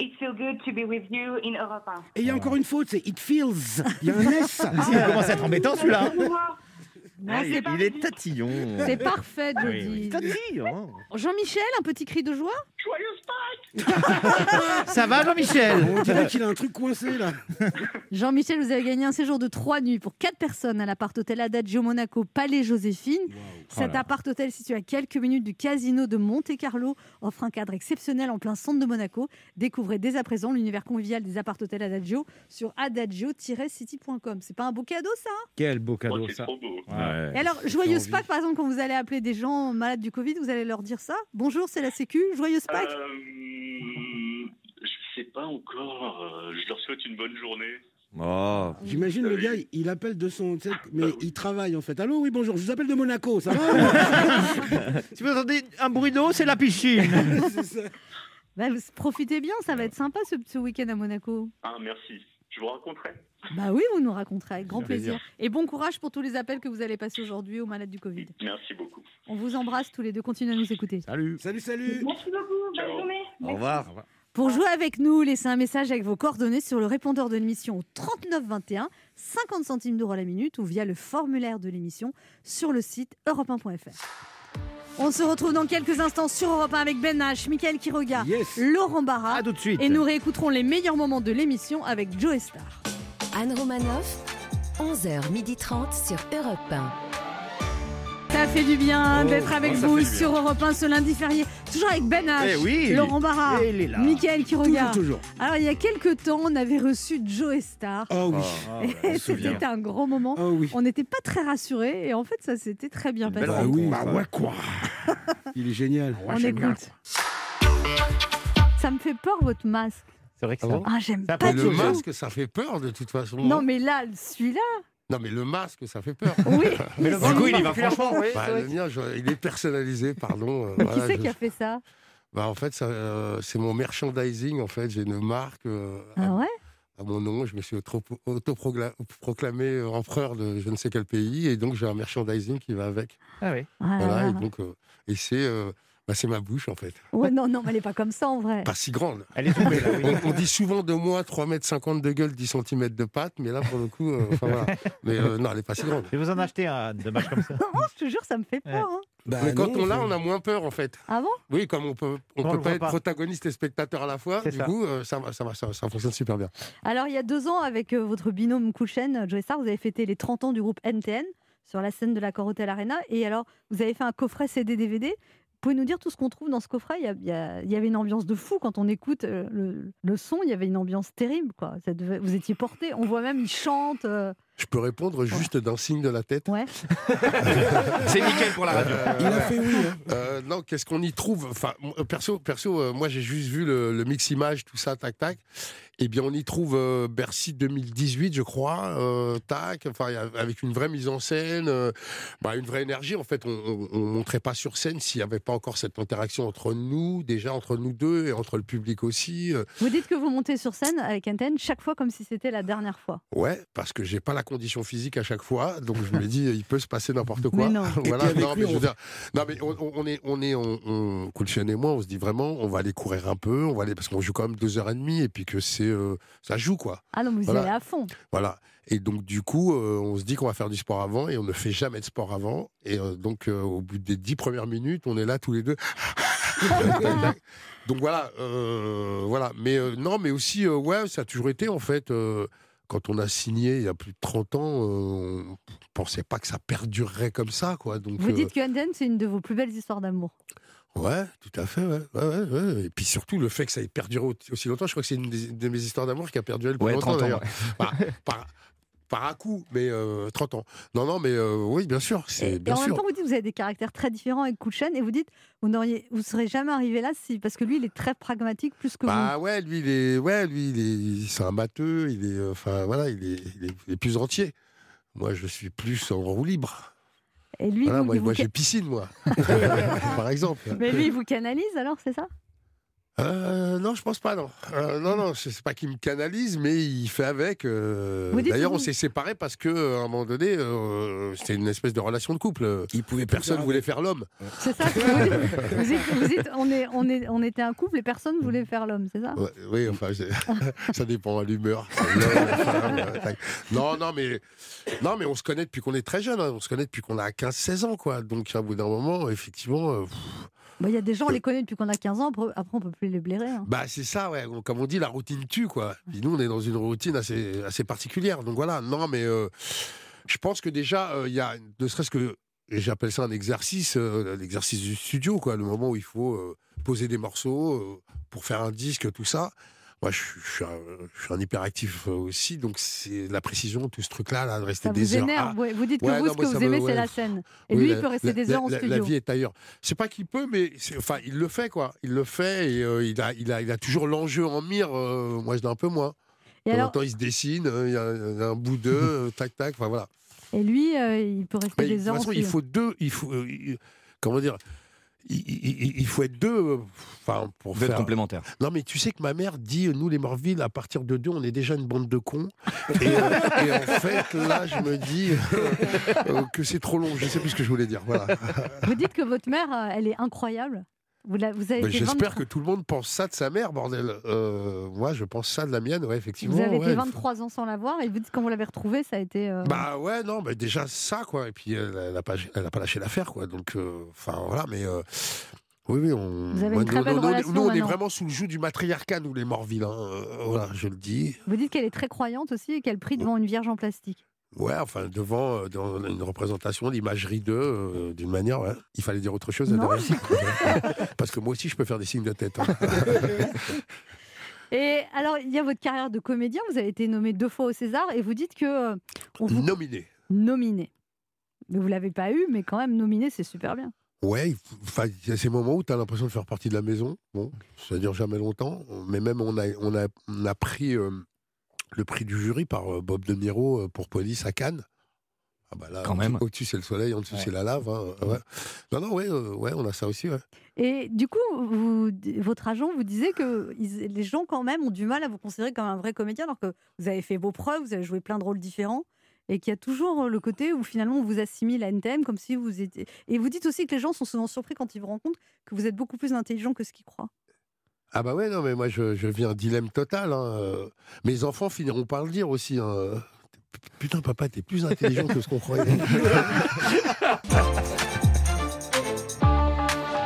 Speaker 10: It feels good to be with you in Europe 1.
Speaker 4: Et il y a encore une faute, c'est it feels. Il y a un S.
Speaker 9: Ah,
Speaker 6: Il commence à être embêtant celui-là.
Speaker 3: Non,
Speaker 5: Ah,
Speaker 3: c'est
Speaker 5: il,
Speaker 10: pas
Speaker 5: il est
Speaker 10: mal.
Speaker 5: tatillon. Ah
Speaker 3: C'est parfait, Jody.
Speaker 5: Tatillon.
Speaker 3: Jean-Michel, un petit cri de joie
Speaker 8: Joyeuse Pâques
Speaker 6: Ça va Jean-Michel
Speaker 4: On dirait qu'il a un truc coincé là.
Speaker 3: Jean-Michel, vous avez gagné un séjour de 3 nuits pour 4 personnes à l'appart hôtel Adagio Monaco Palais Joséphine. Cet appart hôtel situé à quelques minutes du casino de Monte-Carlo offre un cadre exceptionnel en plein centre de Monaco. Découvrez dès à présent l'univers convivial des appart hôtels Adagio sur adagio-city.com. C'est pas un beau cadeau ça hein
Speaker 9: Quel beau
Speaker 8: Oh,
Speaker 9: cadeau
Speaker 8: C'est
Speaker 9: ça.
Speaker 8: trop beau.
Speaker 9: Ouais.
Speaker 3: Et alors, joyeuse Pâques, par exemple, quand vous allez appeler des gens malades du Covid, vous allez leur dire ça Bonjour, c'est la Sécu, joyeuse Pâques
Speaker 8: Euh, je sais pas encore. euh, Je leur souhaite une bonne journée.
Speaker 11: Oh.
Speaker 4: J'imagine le gars, il appelle de son. tu sais, Mais il travaille en fait. Allô, oui, bonjour, je vous appelle de Monaco, ça va
Speaker 6: Si vous entendez un bruit d'eau, c'est la piscine.
Speaker 4: Euh,
Speaker 3: Bah, vous- profitez bien, ça va être sympa ce, ce week-end à Monaco.
Speaker 8: Ah, merci. Je vous raconterai.
Speaker 3: Bah oui, vous nous raconterez avec grand
Speaker 8: Avec plaisir.
Speaker 3: plaisir. Et bon courage pour tous les appels que vous allez passer aujourd'hui aux malades du Covid.
Speaker 8: Merci beaucoup.
Speaker 3: On vous embrasse tous les deux, continuez à nous écouter.
Speaker 6: Salut.
Speaker 4: Salut, salut.
Speaker 10: Merci beaucoup, bonne journée.
Speaker 5: revoir.
Speaker 3: Pour jouer avec nous, laissez un message avec vos coordonnées sur le répondeur de l'émission au 3921, 50 centimes d'euros la minute ou via le formulaire de l'émission sur le site europe1.fr. On se retrouve dans quelques instants sur Europe 1 avec Ben H, Mickaël Quiroga, Laurent Barra.
Speaker 6: tout de suite.
Speaker 3: Et nous réécouterons les meilleurs moments de l'émission avec Joe Star.
Speaker 12: Anne Romanoff, 11h30 sur Europe 1.
Speaker 3: Ça fait du bien
Speaker 12: Oh,
Speaker 3: d'être avec
Speaker 12: oh, ça
Speaker 3: vous
Speaker 12: fait du bien.
Speaker 3: sur Europe 1 ce lundi férié. Toujours avec Ben H,
Speaker 6: Eh oui.
Speaker 3: Laurent Barra,
Speaker 6: Et il est là.
Speaker 3: Mickaël Quiroga.
Speaker 6: Toujours, toujours.
Speaker 3: Alors, il y a quelques temps, on avait reçu Joe Star.
Speaker 4: Oh
Speaker 6: oui.
Speaker 9: Ah,
Speaker 3: Et
Speaker 9: ouais, on se souvient.
Speaker 3: C'était un grand moment. On n'était pas très rassurés et en fait, ça s'était très bien passé.
Speaker 4: Bah oui, bah ouais, quoi Il est génial.
Speaker 3: On écoute. Ça me fait peur votre masque.
Speaker 11: C'est vrai que
Speaker 3: ça- Ah, j'aime Ça, pas
Speaker 11: le
Speaker 3: du tout.
Speaker 11: masque, ça fait peur de toute façon. hein.
Speaker 3: Non, mais là, celui-là,
Speaker 11: Non, mais le masque, ça fait peur.
Speaker 3: Oui.
Speaker 9: Mais le Du coup, il y va franchement, oui.
Speaker 11: Bah,
Speaker 9: c'est vrai
Speaker 11: le mien, je- il est personnalisé, pardon. euh,
Speaker 3: qui
Speaker 11: voilà,
Speaker 3: c'est
Speaker 11: je-
Speaker 3: qui a fait ça
Speaker 11: Bah, en fait, ça, euh, c'est mon merchandising. En fait, j'ai une marque euh,
Speaker 3: Ah ouais
Speaker 11: à mon nom. Je me suis auto- autoproclamé euh, empereur de je ne sais quel pays, et donc j'ai un merchandising qui va avec.
Speaker 9: Ah oui.
Speaker 11: Voilà. Et donc, euh, et c'est, euh, bah, c'est ma bouche en fait.
Speaker 3: Ouais, non, non, mais elle est pas comme ça en vrai.
Speaker 11: Pas si grande.
Speaker 9: Elle est tombée, là, oui.
Speaker 11: on, on dit souvent de moi 3,50 m de gueule, 10 cm de patte, mais là pour le coup, euh, enfin, voilà. Mais euh, non, elle n'est pas si grande.
Speaker 9: Je vais vous en acheter un de match comme ça.
Speaker 3: Non, je te jure, ça me fait peur. hein.
Speaker 11: mais quand
Speaker 9: non,
Speaker 11: on l'a,
Speaker 9: c'est-
Speaker 11: on a moins peur en fait.
Speaker 3: Ah bon
Speaker 11: Oui, comme on peut, on
Speaker 9: Non, on le
Speaker 11: peut pas
Speaker 9: voit
Speaker 11: être
Speaker 9: pas.
Speaker 11: protagoniste et spectateur à la fois,
Speaker 9: C'est
Speaker 11: du
Speaker 9: ça.
Speaker 11: coup, euh, ça, va, ça, va, ça, ça fonctionne super bien.
Speaker 3: Alors, il y a deux ans, avec euh, votre binôme Kouchen, Joey Star, vous avez fêté les 30 ans du groupe NTN sur la scène de la Corotel Arena. Et alors, vous avez fait un coffret CD-DVD. Vous pouvez nous dire tout ce qu'on trouve dans ce coffret il y, a- il y a- il y avait une ambiance de fou quand on écoute euh, le, le son. Il y avait une ambiance terrible. Quoi. Ça devait- vous étiez porté. On voit même, ils chantent. euh.
Speaker 11: Je peux répondre juste d'un signe de la tête
Speaker 3: Ouais.
Speaker 9: C'est nickel pour la radio.
Speaker 11: Euh, Il a fait oui. hein. Euh, non, qu'est-ce qu'on y trouve Enfin, moi, perso, perso, euh, moi j'ai juste vu le, le mix image, tout ça, tac, tac. Eh bien, on y trouve euh, Bercy 2018, je crois, euh, tac. Enfin, il y a- avec une vraie mise en scène, euh, bah, une vraie énergie. En fait, on, on, on montrait pas sur scène s'il n'y avait pas encore cette interaction entre nous, déjà entre nous deux et entre le public aussi. euh.
Speaker 3: Vous dites que vous montez sur scène avec NTN chaque fois comme si c'était la dernière fois.
Speaker 11: Ouais, parce que j'ai pas la condition physique à chaque fois, donc je me dis il peut se passer n'importe quoi.
Speaker 3: Mais non.
Speaker 4: Et puis
Speaker 11: voilà,
Speaker 4: avec
Speaker 11: non,
Speaker 4: lui,
Speaker 11: mais je
Speaker 4: on-
Speaker 11: veux dire, non mais on, on- on est, on est, on, on- Koulchen et moi, on se dit vraiment, on va aller courir un peu, on va aller parce qu'on joue quand même deux heures et demie et puis que c'est, euh, ça joue quoi.
Speaker 3: Ah non, mais vous y
Speaker 11: Voilà.
Speaker 3: allez à fond.
Speaker 11: Voilà. Et donc du coup, euh, on se dit qu'on va faire du sport avant et on ne fait jamais de sport avant. Et euh, donc euh, au bout des dix premières minutes, on est là tous les deux. donc voilà, euh, voilà. Mais euh, non, mais aussi, euh, ouais, ça a toujours été en fait. euh, quand on a signé il y a plus de 30 ans, euh, on pensait pas que ça perdurerait comme ça, quoi. Donc
Speaker 3: Vous
Speaker 11: euh,
Speaker 3: dites que NTN, c'est une de vos plus belles histoires d'amour.
Speaker 11: Ouais, tout à fait. Ouais. Ouais, ouais, ouais. Et puis surtout, le fait que ça ait perduré au- aussi longtemps, je crois que c'est une des- de mes histoires d'amour qui a perduré le plus
Speaker 9: Ouais,
Speaker 11: longtemps
Speaker 9: 30 ans,
Speaker 11: d'ailleurs. Par, par, par à coup, mais euh, 30 ans. Non, non, mais euh, oui, bien sûr. C'est
Speaker 3: Et
Speaker 11: bien
Speaker 3: en même
Speaker 11: sûr.
Speaker 3: temps, vous dites que vous avez des caractères très différents avec Kouchen et vous dites vous n'auriez, vous serez jamais arrivé là si parce que lui il est très pragmatique plus que
Speaker 11: Bah ouais, lui, il est, ouais, lui, il est, c'est un matheux. Il est, euh, enfin voilà, il est, il est- il est plus entier. Moi, je suis plus en roue libre.
Speaker 3: vous. Et lui,
Speaker 11: Voilà,
Speaker 3: vous-
Speaker 11: Ah moi,
Speaker 3: il vous
Speaker 11: moi,
Speaker 3: ca-
Speaker 11: j'ai piscine, moi, par exemple.
Speaker 3: mais lui, il vous canalise alors, c'est ça
Speaker 11: Euh, non, je pense pas, non. Euh, non, non, c'est c'est pas qu'il me canalise, mais il fait avec. euh,
Speaker 3: Vous dites
Speaker 11: D'ailleurs,
Speaker 3: que
Speaker 11: on
Speaker 3: vous-
Speaker 11: s'est séparés parce que euh, à un moment donné, euh, c'était une espèce de relation de couple. euh.
Speaker 4: Il pouvait plus
Speaker 11: Personne
Speaker 4: faire
Speaker 11: voulait faire l'homme.
Speaker 3: C'est ça. ce que vous dites. Vous dites, vous dites, on est, on est, on était un couple et personne voulait faire l'homme, c'est ça
Speaker 11: Ouais, oui, enfin, c'est- ça dépend à l'humeur. C'est l'homme, la femme, euh, tac. non, non, mais non, mais on se connaît depuis qu'on est très jeune. hein. On se connaît depuis qu'on a 15-16 ans, quoi. Donc, à bout d'un moment, effectivement, euh, pff,
Speaker 3: Bah, Il y a des gens, on les connaît depuis qu'on a 15 ans. Après, après, on peut plus les blairer. hein.
Speaker 11: Bah c'est ça, ouais. Comme on dit, la routine tue, quoi. Puis nous, on est dans une routine assez, assez particulière. Donc voilà, non, mais euh, je pense que déjà, euh, il y a, ne serait-ce que, et j'appelle ça un exercice, euh, l'exercice du studio, quoi. Le moment où il faut euh, poser des morceaux euh, pour faire un disque, tout ça. Moi, je, suis- je suis un, je suis un hyperactif euh, aussi, donc c'est la précision, tout ce truc-là, là, de rester
Speaker 3: Ça
Speaker 11: des
Speaker 3: vous
Speaker 11: heures.
Speaker 3: énerve.
Speaker 11: à-
Speaker 3: ouais. Vous dites que
Speaker 11: Ouais,
Speaker 3: vous,
Speaker 11: non,
Speaker 3: ce
Speaker 11: moi,
Speaker 3: que
Speaker 11: ça
Speaker 3: vous
Speaker 11: me-
Speaker 3: aimez,
Speaker 11: ouais.
Speaker 3: c'est la scène. Et
Speaker 11: Oui,
Speaker 3: lui,
Speaker 11: la-
Speaker 3: il peut rester
Speaker 11: la-
Speaker 3: des
Speaker 11: la-
Speaker 3: heures en
Speaker 11: la-
Speaker 3: studio.
Speaker 11: La vie est ailleurs. C'est pas qu'il peut, mais c'est- enfin, il le fait, quoi. Il le fait et euh, il, a, il, a, il a toujours l'enjeu en mire. euh, moi, je l'ai un peu moins.
Speaker 3: Et
Speaker 11: De
Speaker 3: alors,
Speaker 11: temps, ils se dessinent, euh, il y a- il y, a un bout d'eux, euh, tac, tac, enfin voilà.
Speaker 3: et lui, euh, il peut rester
Speaker 11: Mais de
Speaker 3: des
Speaker 11: toute
Speaker 3: heures.
Speaker 11: façon,
Speaker 3: en
Speaker 11: il
Speaker 3: suivant.
Speaker 11: faut deux, il faut, euh, il- comment dire, il, il- il- il faut être deux, euh, enfin pour
Speaker 9: Vous êtes
Speaker 11: faire-
Speaker 9: complémentaires.
Speaker 11: Non, mais tu sais que ma mère dit, euh, nous les Morville, à partir de deux, on est déjà une bande de cons. Et, euh, et en fait, là, je me dis euh, euh, que c'est trop long. Je sais plus ce que je voulais dire. Voilà.
Speaker 3: Vous dites que votre mère, euh, elle est incroyable. Vous, la- vous avez
Speaker 11: Mais
Speaker 3: fait
Speaker 11: Bah, J'espère
Speaker 3: 23
Speaker 11: que tout le monde pense ça de sa mère, bordel. Euh, moi, je pense ça de la mienne, ouais, effectivement.
Speaker 3: Vous avez
Speaker 11: ouais,
Speaker 3: fait
Speaker 11: il faut-
Speaker 3: 23 ans sans la voir et vous dites quand vous l'avez retrouvée, ça a été. euh,
Speaker 11: Bah ouais, non, mais déjà ça, quoi. Et puis, elle elle a pas, elle a pas lâché l'affaire, quoi. Donc, euh, enfin, voilà, mais. euh, oui, oui, on.
Speaker 3: Vous avez
Speaker 11: moi,
Speaker 3: une très
Speaker 11: nous,
Speaker 3: belle
Speaker 11: nous, on est-
Speaker 3: relation
Speaker 11: nous, on est
Speaker 3: maintenant.
Speaker 11: vraiment sous le joug du matriarcat, nous, les Morville. hein. Euh, voilà, je le dis.
Speaker 3: Vous dites qu'elle est très croyante aussi et qu'elle prie devant une vierge en plastique.
Speaker 11: Ouais, enfin, devant euh, dans une représentation, l'imagerie d'eux, euh, d'une manière, ouais. il fallait dire autre chose.
Speaker 3: Non,
Speaker 11: Adèle. Parce que moi aussi, je peux faire des signes de tête. hein.
Speaker 3: Et alors, il y a votre carrière de comédien. Vous avez été nommé deux fois au César et vous dites que euh, on vous
Speaker 11: Nominé.
Speaker 3: nominé. Mais vous l'avez pas eu, mais quand même nominé, c'est super bien.
Speaker 11: Ouais, il f- enfin, il y a ces moments où tu as l'impression de faire partie de la maison. Bon, ça dure jamais longtemps. Mais même, on a, on a, on a pris euh, le prix du jury par euh, Bob De Niro euh, pour Police à Cannes. Ah bah là,
Speaker 9: Quand
Speaker 11: au-
Speaker 9: même.
Speaker 11: Au-dessus, c'est le soleil, en dessous, c'est la lave. hein. Ouais. Non, non, ouais, euh, ouais, on a ça aussi. ouais.
Speaker 3: Et du coup, vous- votre agent vous disait que ils- les gens quand même ont du mal à vous considérer comme un vrai comédien, alors que vous avez fait vos preuves, vous avez joué plein de rôles différents, et qu'il y a toujours euh, le côté où finalement on vous assimile à NTM comme si vous étiez. Et vous dites aussi que les gens sont souvent surpris quand ils vous rencontrent que vous êtes beaucoup plus intelligent que ce qu'ils croient.
Speaker 11: Ah bah ouais, non, mais moi, je, je vis un dilemme total. hein. Euh, Mes enfants finiront par le dire aussi. hein. Putain, papa, t'es plus intelligent que ce qu'on croyait.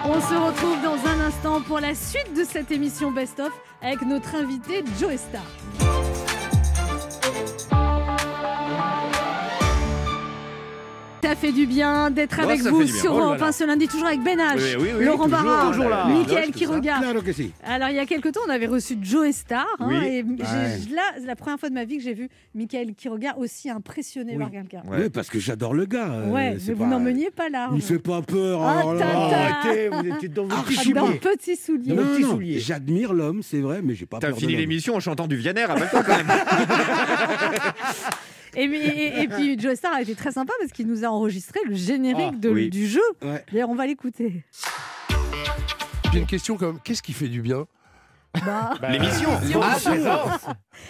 Speaker 3: On se retrouve dans un instant pour la suite de cette émission Best of avec notre invité Joe Star. Ça fait du bien d'être
Speaker 4: Oh,
Speaker 3: avec
Speaker 4: ça
Speaker 3: vous
Speaker 4: fait du bien.
Speaker 3: sur
Speaker 4: Oh là
Speaker 3: Europe
Speaker 4: là.
Speaker 3: 1 ce lundi, toujours avec Ben H,
Speaker 4: Oui, oui, oui,
Speaker 3: Laurent
Speaker 4: toujours,
Speaker 3: Barra,
Speaker 4: toujours là. Ah,
Speaker 3: Mickaël
Speaker 4: Loge,
Speaker 3: qui
Speaker 4: tout ça.
Speaker 3: regarde.
Speaker 4: Claro que si.
Speaker 3: Alors, il y a quelques temps, on avait reçu Joe Star.
Speaker 4: Oui.
Speaker 3: et j'ai-
Speaker 4: Ouais.
Speaker 3: là, c'est la première fois de ma vie que j'ai vu Mickaël qui regarde aussi impressionné par quelqu'un.
Speaker 4: Oui, parce que j'adore le gars. euh,
Speaker 3: Ouais,
Speaker 4: c'est
Speaker 3: mais vous
Speaker 4: pas-
Speaker 3: n'en meniez pas là.
Speaker 4: Il fait pas peur.
Speaker 3: Ah,
Speaker 4: oh là là.
Speaker 3: tata.
Speaker 4: Arrêtez,
Speaker 6: vous étiez dans vos
Speaker 4: Archi
Speaker 3: Ah, Dans
Speaker 4: bon.
Speaker 3: petit soulier.
Speaker 4: Non, non, J'admire l'homme, c'est vrai, mais j'ai pas
Speaker 5: T'as
Speaker 4: peur de
Speaker 5: fini
Speaker 4: l'homme.
Speaker 5: l'émission en chantant du Vianer à Balcon, quand même.
Speaker 3: Et, mais- et- et puis Joe Star a été très sympa parce qu'il nous a enregistré le générique
Speaker 11: Ah,
Speaker 3: de-
Speaker 11: oui.
Speaker 3: du jeu.
Speaker 11: Ouais.
Speaker 3: D'ailleurs, on va l'écouter.
Speaker 11: J'ai une question quand même. Qu'est-ce qui fait du bien
Speaker 3: Bah,
Speaker 9: L'émission.
Speaker 11: L'émission.
Speaker 9: Ah, présence.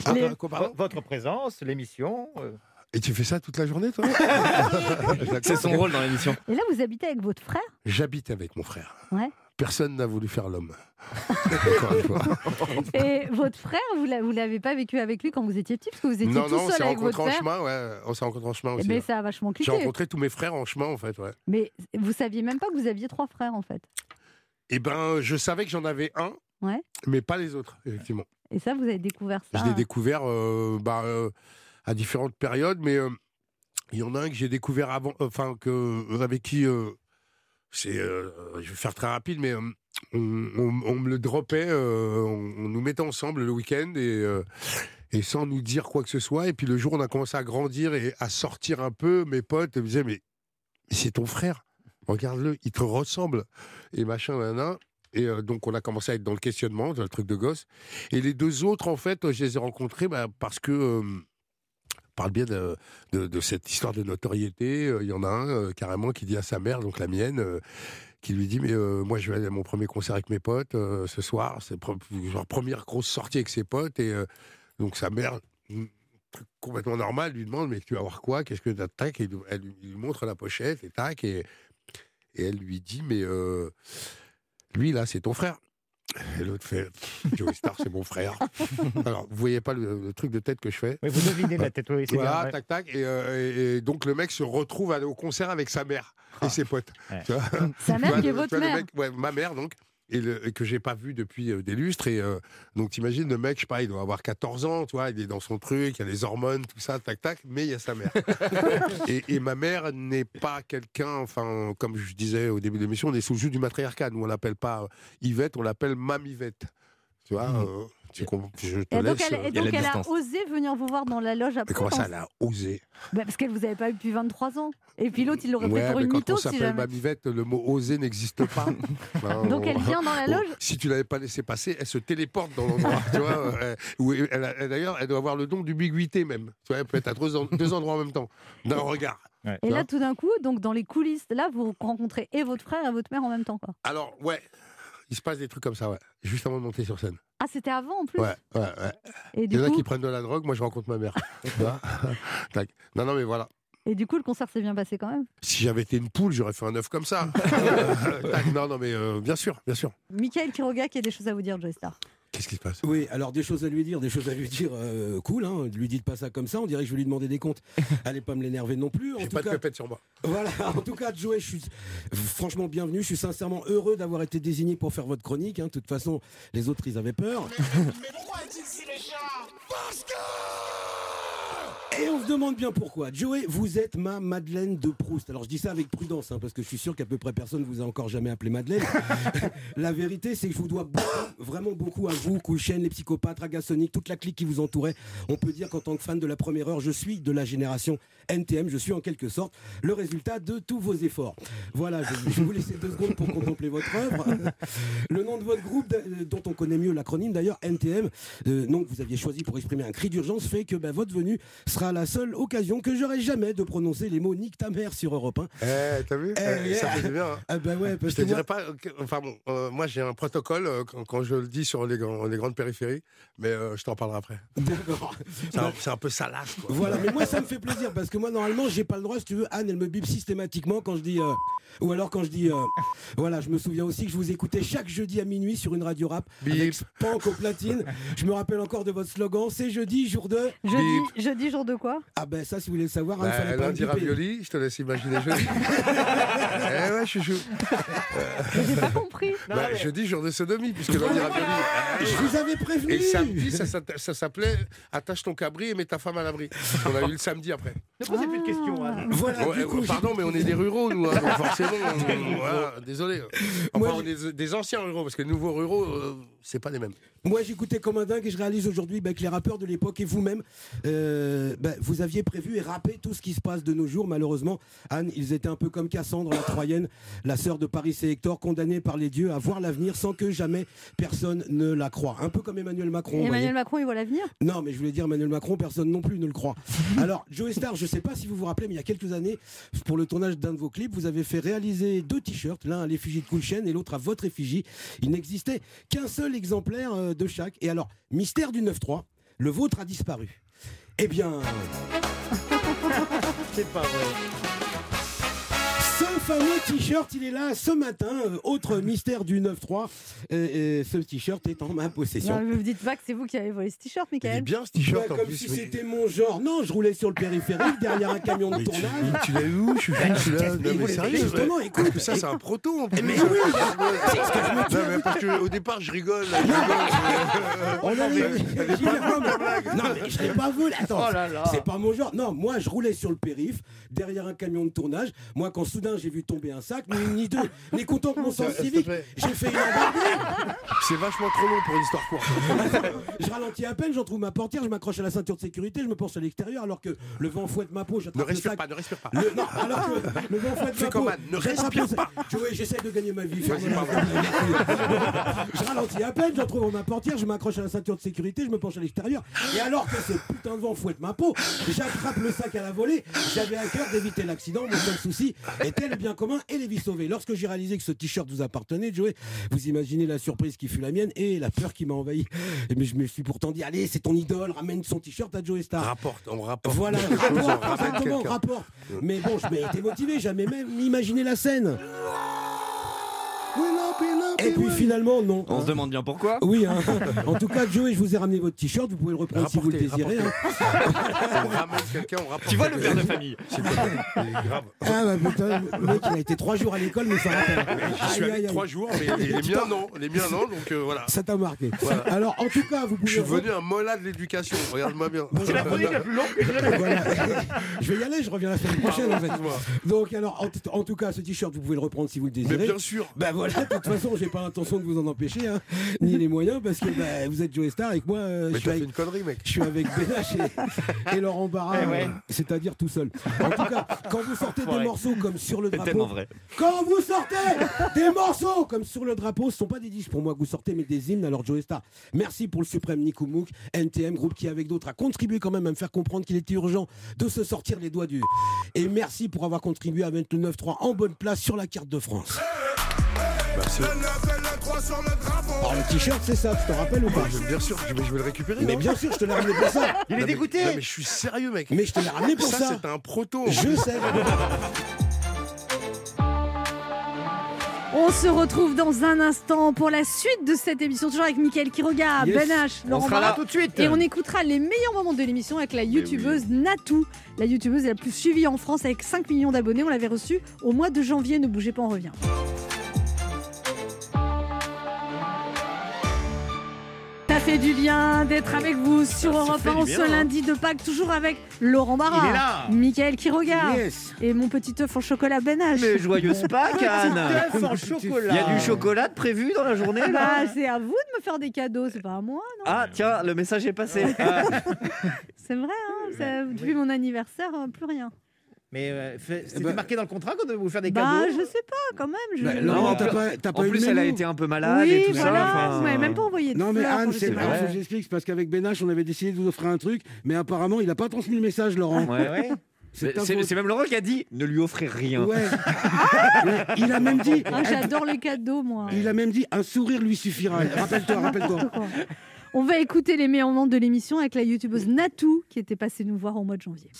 Speaker 11: Ah, bah, quoi, pardon
Speaker 9: V- Votre présence, l'émission. euh,
Speaker 11: Et tu fais ça toute la journée, toi
Speaker 9: C'est son rôle dans l'émission.
Speaker 3: Et là, vous habitez avec votre frère
Speaker 11: J'habite avec mon frère.
Speaker 3: Ouais.
Speaker 11: Personne n'a voulu faire l'homme. Encore une fois.
Speaker 3: Et votre frère, vous l'a- vous l'avez pas vécu avec lui quand vous étiez petit parce que vous étiez
Speaker 11: Non,
Speaker 3: tout
Speaker 11: non, on
Speaker 3: seul
Speaker 11: s'est
Speaker 3: avec votre
Speaker 11: rencontrés en
Speaker 3: frère.
Speaker 11: chemin, ouais. On s'est rencontrés en chemin
Speaker 3: Eh
Speaker 11: aussi.
Speaker 3: ben,
Speaker 11: ouais.
Speaker 3: ça a vachement
Speaker 11: J'ai
Speaker 3: cliqué.
Speaker 11: rencontré tous mes frères en chemin, en fait, ouais.
Speaker 3: Mais vous saviez même pas que vous aviez trois frères en fait.
Speaker 11: Eh ben, je savais que j'en avais un,
Speaker 3: Ouais.
Speaker 11: mais pas les autres, effectivement.
Speaker 3: Et ça, vous avez découvert ça.
Speaker 11: Je l'ai découvert euh, bah, euh, à différentes périodes, mais euh, il y en a un que j'ai découvert avant, enfin, que, avec qui. euh, c'est, euh, je vais faire très rapide, mais euh, on, on- on me le dropait, euh, on, on nous mettait ensemble le week-end et, euh, et sans nous dire quoi que ce soit. Et puis le jour, on a commencé à grandir et à sortir un peu. Mes potes me disaient, mais c'est ton frère, regarde-le, il te ressemble. Et machin, nanan. Et euh, donc, on a commencé à être dans le questionnement, dans le truc de gosse. Et les deux autres, en fait, je les ai rencontrés bah, parce que. euh, parle bien de, de- de cette histoire de notoriété. Euh, Il y en a un euh, carrément qui dit à sa mère, donc la mienne, euh, qui lui dit Mais euh, moi, je vais aller à mon premier concert avec mes potes euh, ce soir. C'est pre- leur première grosse sortie avec ses potes. Et euh, donc sa mère, mm, truc complètement normal, lui demande Mais tu vas voir quoi Qu'est-ce que t'as Tac, et il lui- elle lui- il lui montre la pochette et tac. Et, et elle lui dit Mais euh, lui, là, c'est ton frère. Et l'autre fait Joey Star, c'est mon frère. Alors, vous voyez pas le, le truc de tête que je fais
Speaker 9: Oui, vous devinez la tête, oui, c'est
Speaker 11: Voilà,
Speaker 9: bien, ouais.
Speaker 11: tac, tac. Et, euh, et- et donc, le mec se retrouve à- au concert avec sa mère et ses potes. Tu vois
Speaker 3: Sa mère
Speaker 11: Tu vois,
Speaker 3: qui est
Speaker 11: tu vois,
Speaker 3: votre
Speaker 11: le
Speaker 3: mère.
Speaker 11: mec- ouais, ma mère, donc. Et, le- et que j'ai pas vu depuis euh, des lustres. Et euh, donc, t'imagines, le mec, je sais pas, il doit avoir 14 ans, tu vois, il est dans son truc, il y a les hormones, tout ça, tac, tac, mais il y a sa mère. et, et ma mère n'est pas quelqu'un, enfin, comme je disais au début de l'émission, on est sous le jus du matriarcat. Nous, on l'appelle pas Yvette, on l'appelle Mamivette. Tu vois, euh, Tu comprends Je te
Speaker 3: Et donc,
Speaker 11: laisse,
Speaker 3: elle,
Speaker 11: euh,
Speaker 3: et donc, elle a osé venir vous voir dans la loge après.
Speaker 11: Mais comment ça,
Speaker 3: dans-
Speaker 11: elle a osé
Speaker 3: Bah, Parce qu'elle vous avait pas eu depuis 23 ans. Et puis l'autre, il l'aurait
Speaker 11: Ouais,
Speaker 3: fait pour
Speaker 11: mais
Speaker 3: une
Speaker 11: quand
Speaker 3: mytho
Speaker 11: on
Speaker 3: si
Speaker 11: s'appelle
Speaker 3: jamais.
Speaker 11: Mamivette, le mot oser n'existe pas. Non,
Speaker 3: Donc, elle vient dans la
Speaker 11: bon,
Speaker 3: loge
Speaker 11: Si tu l'avais pas laissé passer, elle se téléporte dans l'endroit. tu vois, euh, où elle- elle a- elle- D'ailleurs, elle doit avoir le don d'ubiquité même. Tu vois, elle peut être à trois en- deux endroits en même temps, d'un regard.
Speaker 3: Et
Speaker 11: Tu vois
Speaker 3: là, tout d'un coup, donc dans les coulisses, là, vous rencontrez et votre frère et votre mère en même temps. Quoi.
Speaker 11: Alors, ouais, il se passe des trucs comme ça, ouais. Juste avant de monter sur scène.
Speaker 3: Ah, c'était avant en plus
Speaker 11: Ouais, ouais, ouais.
Speaker 3: Et
Speaker 11: Il y
Speaker 3: du
Speaker 11: en a
Speaker 3: coup-
Speaker 11: qui prennent de la drogue, moi je rencontre ma mère. Tu vois Tac. non, non, mais voilà.
Speaker 3: Et du coup, le concert s'est bien passé quand même.
Speaker 11: Si j'avais été une poule, j'aurais fait un œuf comme ça. Euh, tac, non, non, mais euh, bien sûr, bien sûr.
Speaker 3: Michael Kiroga qui a des choses à vous dire, Joy Star.
Speaker 11: Qu'est-ce qui se passe
Speaker 4: Oui, alors des choses à lui dire, des choses à lui dire, euh, cool, hein, lui dites pas ça comme ça, on dirait que je vais lui demander des comptes. Allez pas me l'énerver non plus. J'ai
Speaker 11: pas de pépette sur moi.
Speaker 4: Voilà, en tout cas, Joey, je suis franchement bienvenu, je suis sincèrement heureux d'avoir été désigné pour faire votre chronique. hein. De toute façon, les autres, ils avaient peur.
Speaker 13: Pourquoi est-il si méchant Parce
Speaker 4: Et on se demande bien pourquoi. Joey, vous êtes ma Madeleine de Proust. Alors je dis ça avec prudence, hein, parce que je suis sûr qu'à peu près personne vous a encore jamais appelé Madeleine. la vérité, c'est que je vous dois beaucoup, vraiment beaucoup à vous, Kouchen, les psychopathes, Agassonic, toute la clique qui vous entourait. On peut dire qu'en tant que fan de la première heure, je suis de la génération NTM. Je suis en quelque sorte le résultat de tous vos efforts. Voilà, je, je vais vous laisser deux secondes pour contempler votre œuvre. Le nom de votre groupe, euh, dont on connaît mieux l'acronyme d'ailleurs, NTM, euh, nom que vous aviez choisi pour exprimer un cri d'urgence, fait que bah, votre venue sera la seule occasion que j'aurai jamais de prononcer les mots Nique ta mère sur Europe 1.
Speaker 11: Eh, t'as vu
Speaker 4: Eh,
Speaker 11: Eh, Ça
Speaker 4: yeah.
Speaker 11: fait du bien. hein.
Speaker 4: Ah bah ouais, parce
Speaker 11: je te
Speaker 4: que
Speaker 11: dirais
Speaker 4: moi-
Speaker 11: pas. que- Enfin bon, euh, moi j'ai un protocole euh, quand, quand je le dis sur les, grands- les grandes périphéries, mais euh, je t'en parlerai après.
Speaker 4: D'accord.
Speaker 11: C'est un, c'est un peu salace, quoi.
Speaker 4: Voilà, mais moi ça me fait plaisir parce que moi normalement j'ai pas le droit, si tu veux, Anne elle me bip systématiquement quand je dis. euh, ou alors quand je dis. euh, voilà, je me souviens aussi que je vous écoutais chaque jeudi à minuit sur une radio rap avec Spank au platine. Je me rappelle encore de votre slogan c'est jeudi, jour de.
Speaker 3: Jeudi, jeudi, jour de quoi
Speaker 4: Ah ben ça, si vous voulez le savoir, hein,
Speaker 11: Bah,
Speaker 4: il fallait pas me
Speaker 11: lundi
Speaker 4: piper.
Speaker 11: ravioli, je te laisse imaginer jeudi. eh ouais, chouchou.
Speaker 3: J'ai pas compris.
Speaker 11: Bah, Jeudi, jour de sodomie, puisque lundi ravioli. euh,
Speaker 4: Je vous avais prévenu.
Speaker 11: Et samedi, ça, s'atta- ça s'appelait Attache ton cabri et mets ta femme à l'abri. On a eu le samedi après.
Speaker 6: Ne posez plus de questions,
Speaker 11: hein.
Speaker 6: Anne.
Speaker 4: Voilà,
Speaker 11: Ouais,
Speaker 4: du coup,
Speaker 11: ouais, pardon, mais on est des ruraux, nous, hein, donc forcément. on- voilà, désolé. Enfin, on est des anciens ruraux, parce que les nouveaux ruraux, euh, c'est pas les mêmes.
Speaker 4: Moi, j'écoutais comme un dingue et je réalise aujourd'hui bah, que les rappeurs de l'époque et vous-même, euh, bah, vous aviez prévu et rappé tout ce qui se passe de nos jours. Malheureusement, Anne, ils étaient un peu comme Cassandre, la Troyenne, la sœur de Paris et Hector, condamnée par les dieux à voir l'avenir sans que jamais personne ne la croie. Un peu comme Emmanuel Macron.
Speaker 11: bah,
Speaker 4: vous voyez.
Speaker 3: Emmanuel Macron, il voit l'avenir
Speaker 4: Non, mais je voulais dire Emmanuel Macron, personne non plus ne le croit. Alors, Joe Star, je sais pas si vous vous rappelez, mais il y a quelques années, pour le tournage d'un de vos clips, vous avez fait réaliser deux t-shirts, l'un à l'effigie de Kulchen et l'autre à votre effigie. Il n'existait qu'un seul exemplaire euh, de chaque. Et alors, mystère du 9-3, le vôtre a disparu. Eh bien,
Speaker 6: C'est pas vrai.
Speaker 4: ce fameux t-shirt, il est là ce matin. Euh, autre mystère du 9-3, euh, euh, ce t-shirt est en ma possession.
Speaker 3: Non, mais vous me dites pas que c'est vous qui avez volé ce t-shirt, Michael.
Speaker 11: bien ce t-shirt,
Speaker 4: Ouais,
Speaker 11: en
Speaker 4: Bah, comme
Speaker 11: plus,
Speaker 4: si
Speaker 11: oui.
Speaker 4: c'était mon genre. Non, je roulais sur le périphérique derrière un camion de tournage.
Speaker 11: Tu l'as eu où Je suis venu, tu l'as Non, mais sérieux
Speaker 4: Justement,
Speaker 11: ouais.
Speaker 4: écoute. Eh,
Speaker 11: Ça, c'est un proto en plus.
Speaker 4: Mais oui
Speaker 11: C'est ce que je me Non, mais parce qu'au départ, je rigole. là, je rigole.
Speaker 4: Euh, On a
Speaker 11: Mais-
Speaker 4: Je l'ai pas- Non, mais je l'ai pas volé. Attends, c'est pas mon genre. Non, moi, je roulais sur le périph, derrière un camion de tournage. Moi, quand soudain, j'ai vu tomber un sac, ni une ni deux, ni content que mon sens civique, j'ai fait une embardée.
Speaker 11: C'est vachement trop long pour une histoire courte.
Speaker 4: Je ralentis à peine, j'en trouve ma portière, je m'accroche à la ceinture de sécurité, je me penche à l'extérieur alors que le vent fouette ma peau. j'attrape
Speaker 11: Ne
Speaker 4: le
Speaker 11: respire
Speaker 4: sac.
Speaker 11: pas, ne respire pas.
Speaker 4: Le- non, alors que le vent fouette
Speaker 11: Fais
Speaker 4: ma
Speaker 11: comme
Speaker 4: peau.
Speaker 11: Anne, ne
Speaker 4: j'attrape
Speaker 11: respire
Speaker 4: le-
Speaker 11: pas.
Speaker 4: Joey, j'essaie de gagner ma vie.
Speaker 11: Vas-y,
Speaker 4: ferme la
Speaker 11: pardon.
Speaker 4: porte. Je ralentis à peine, j'en trouve ma portière, je m'accroche à la ceinture de sécurité, je me penche à l'extérieur. Et alors que ce putain de vent fouette ma peau, j'attrape le sac à la volée. J'avais à cœur d'éviter l'accident, mon seul souci était le bien commun et les vies sauvées. Lorsque j'ai réalisé que ce t-shirt vous appartenait, Joey, vous imaginez la surprise qui fut la mienne et la peur qui m'a envahi. Mais je me suis pourtant dit, allez, c'est ton idole, ramène son t-shirt à Joey Star.
Speaker 11: Rapporte, on rapporte.
Speaker 4: Voilà,
Speaker 11: quelque chose, on
Speaker 4: rapporte,
Speaker 11: ramène
Speaker 4: exactement,
Speaker 11: quelqu'un.
Speaker 4: rapporte. Mais bon, je m'étais motivé, jamais même imaginé la scène. Et puis finalement, non.
Speaker 11: Oh.
Speaker 5: On se demande bien pourquoi.
Speaker 4: Oui, hein. en tout cas, Joey, je vous ai ramené votre t-shirt, vous pouvez le reprendre si vous le désirez. hein.
Speaker 11: On ramène quelqu'un, on rapporte. Tu vois le père de famille. C'est pas grave.
Speaker 4: Ah bah putain, le mec, il a été trois jours à l'école, mais ça rappelle.
Speaker 11: J'y suis
Speaker 4: Aïe, aïe,
Speaker 11: allé
Speaker 4: aïe.
Speaker 11: trois jours, mais les, les miens non. Les miens non, donc euh, voilà.
Speaker 4: Ça t'a marqué.
Speaker 11: Voilà.
Speaker 4: Alors, en tout cas, vous pouvez.
Speaker 11: Je suis venu un mollat de l'éducation, regarde-moi bien.
Speaker 4: C'est la chronique la
Speaker 11: plus longue que
Speaker 4: Voilà. Je vais y aller, je reviens la semaine prochaine en fait. Donc alors en, t- en tout cas ce t-shirt vous pouvez le reprendre si vous le désirez.
Speaker 11: bien sûr.
Speaker 4: Bah voilà, tout toute façon, j'ai pas l'intention de vous en empêcher, hein, ni les moyens, parce que bah, vous êtes Joe Star et que moi, euh, je, suis avec, je suis avec Benache et, et Laurent Barra,
Speaker 11: Eh ouais.
Speaker 4: euh, c'est-à-dire tout seul. En tout cas, quand vous sortez des
Speaker 11: Enfoiré.
Speaker 4: morceaux comme sur le
Speaker 11: C'est
Speaker 4: drapeau,
Speaker 11: tellement vrai.
Speaker 4: quand vous sortez des morceaux comme sur le drapeau, ce sont pas des disques pour moi que vous sortez, mais des hymnes. Alors Joe Star, merci pour le suprême Nico Mouk, NTM, groupe qui avec d'autres a contribué quand même à me faire comprendre qu'il était urgent de se sortir les doigts du. Et merci pour avoir contribué à mettre le 9-3 en bonne place sur la carte de France.
Speaker 11: Merci.
Speaker 4: Alors, le t-shirt, c'est ça, tu te rappelles ou pas
Speaker 11: Bien sûr, je vais, je vais le récupérer.
Speaker 4: Mais
Speaker 11: non
Speaker 4: bien sûr, je te l'ai ramené pour ça.
Speaker 11: Non, mais- non, mais je suis sérieux, mec.
Speaker 4: Mais je te l'ai ramené pour ça.
Speaker 11: c'est un proto.
Speaker 4: Je sais.
Speaker 3: On se retrouve dans un instant pour la suite de cette émission, toujours avec Mickaël Quiroga,
Speaker 6: Yes.
Speaker 3: Ben H,
Speaker 6: On
Speaker 3: Laurent
Speaker 6: sera là
Speaker 3: Barra.
Speaker 6: tout de suite.
Speaker 3: Et on écoutera les meilleurs moments de l'émission avec la youtubeuse Natou, la youtubeuse la plus suivie en France avec 5 millions d'abonnés. On l'avait reçue au mois de janvier. Ne bougez pas, on revient. Ça fait du bien d'être avec vous sur Europe
Speaker 14: fait
Speaker 3: 1
Speaker 14: du bien,
Speaker 3: ce
Speaker 14: hein.
Speaker 3: lundi de Pâques, toujours avec Laurent
Speaker 14: Il est
Speaker 3: Barra,
Speaker 14: là.
Speaker 3: Mickaël Quiroga
Speaker 5: Yes.
Speaker 3: et mon petit œuf en chocolat Ben H.
Speaker 5: Mais joyeuse Pâques, Anne Il y a du chocolat de prévu dans la journée, là
Speaker 3: Bah, C'est à vous de me faire des cadeaux, c'est pas à moi, non
Speaker 5: Ah, tiens, le message est passé. Ah.
Speaker 3: C'est vrai, hein ça- depuis mon anniversaire, euh, plus rien.
Speaker 6: Mais euh, fait-
Speaker 4: Eh
Speaker 6: c'était
Speaker 4: ben-
Speaker 6: marqué dans le contrat qu'on devait vous faire des
Speaker 3: bah,
Speaker 6: cadeaux.
Speaker 3: je sais pas, quand même. Je...
Speaker 6: Bah, Laurent,
Speaker 5: Non,
Speaker 6: t'as
Speaker 5: en plus-
Speaker 6: pas- t'as pas
Speaker 5: En
Speaker 6: eu
Speaker 5: plus,
Speaker 6: le
Speaker 5: elle a
Speaker 6: menu.
Speaker 5: été un peu malade
Speaker 3: Oui,
Speaker 5: et tout
Speaker 3: voilà,
Speaker 5: ça. enfin,
Speaker 3: vous m'avez même pas envoyé de
Speaker 4: Non, mais
Speaker 3: fleurs,
Speaker 4: Anne,
Speaker 3: je
Speaker 4: c'est
Speaker 3: sais
Speaker 4: vrai,
Speaker 3: pas.
Speaker 4: je vous explique, c'est parce qu'avec Benache, on avait décidé de vous offrir un truc, mais apparemment, il n'a pas transmis le message, Laurent.
Speaker 5: Ouais, ouais.
Speaker 4: C'est
Speaker 5: C'est
Speaker 4: un
Speaker 5: c'est-
Speaker 4: faux-
Speaker 5: c'est même Laurent qui a dit ne lui offrez rien.
Speaker 4: Ouais. Mais il a même dit.
Speaker 3: Ah, J'adore les cadeaux, moi.
Speaker 4: Il a même dit un sourire lui suffira. Rappelle-toi, rappelle-toi.
Speaker 3: On va écouter les meilleurs moments de l'émission avec la youtubeuse Natou qui était passée nous voir au mois de janvier.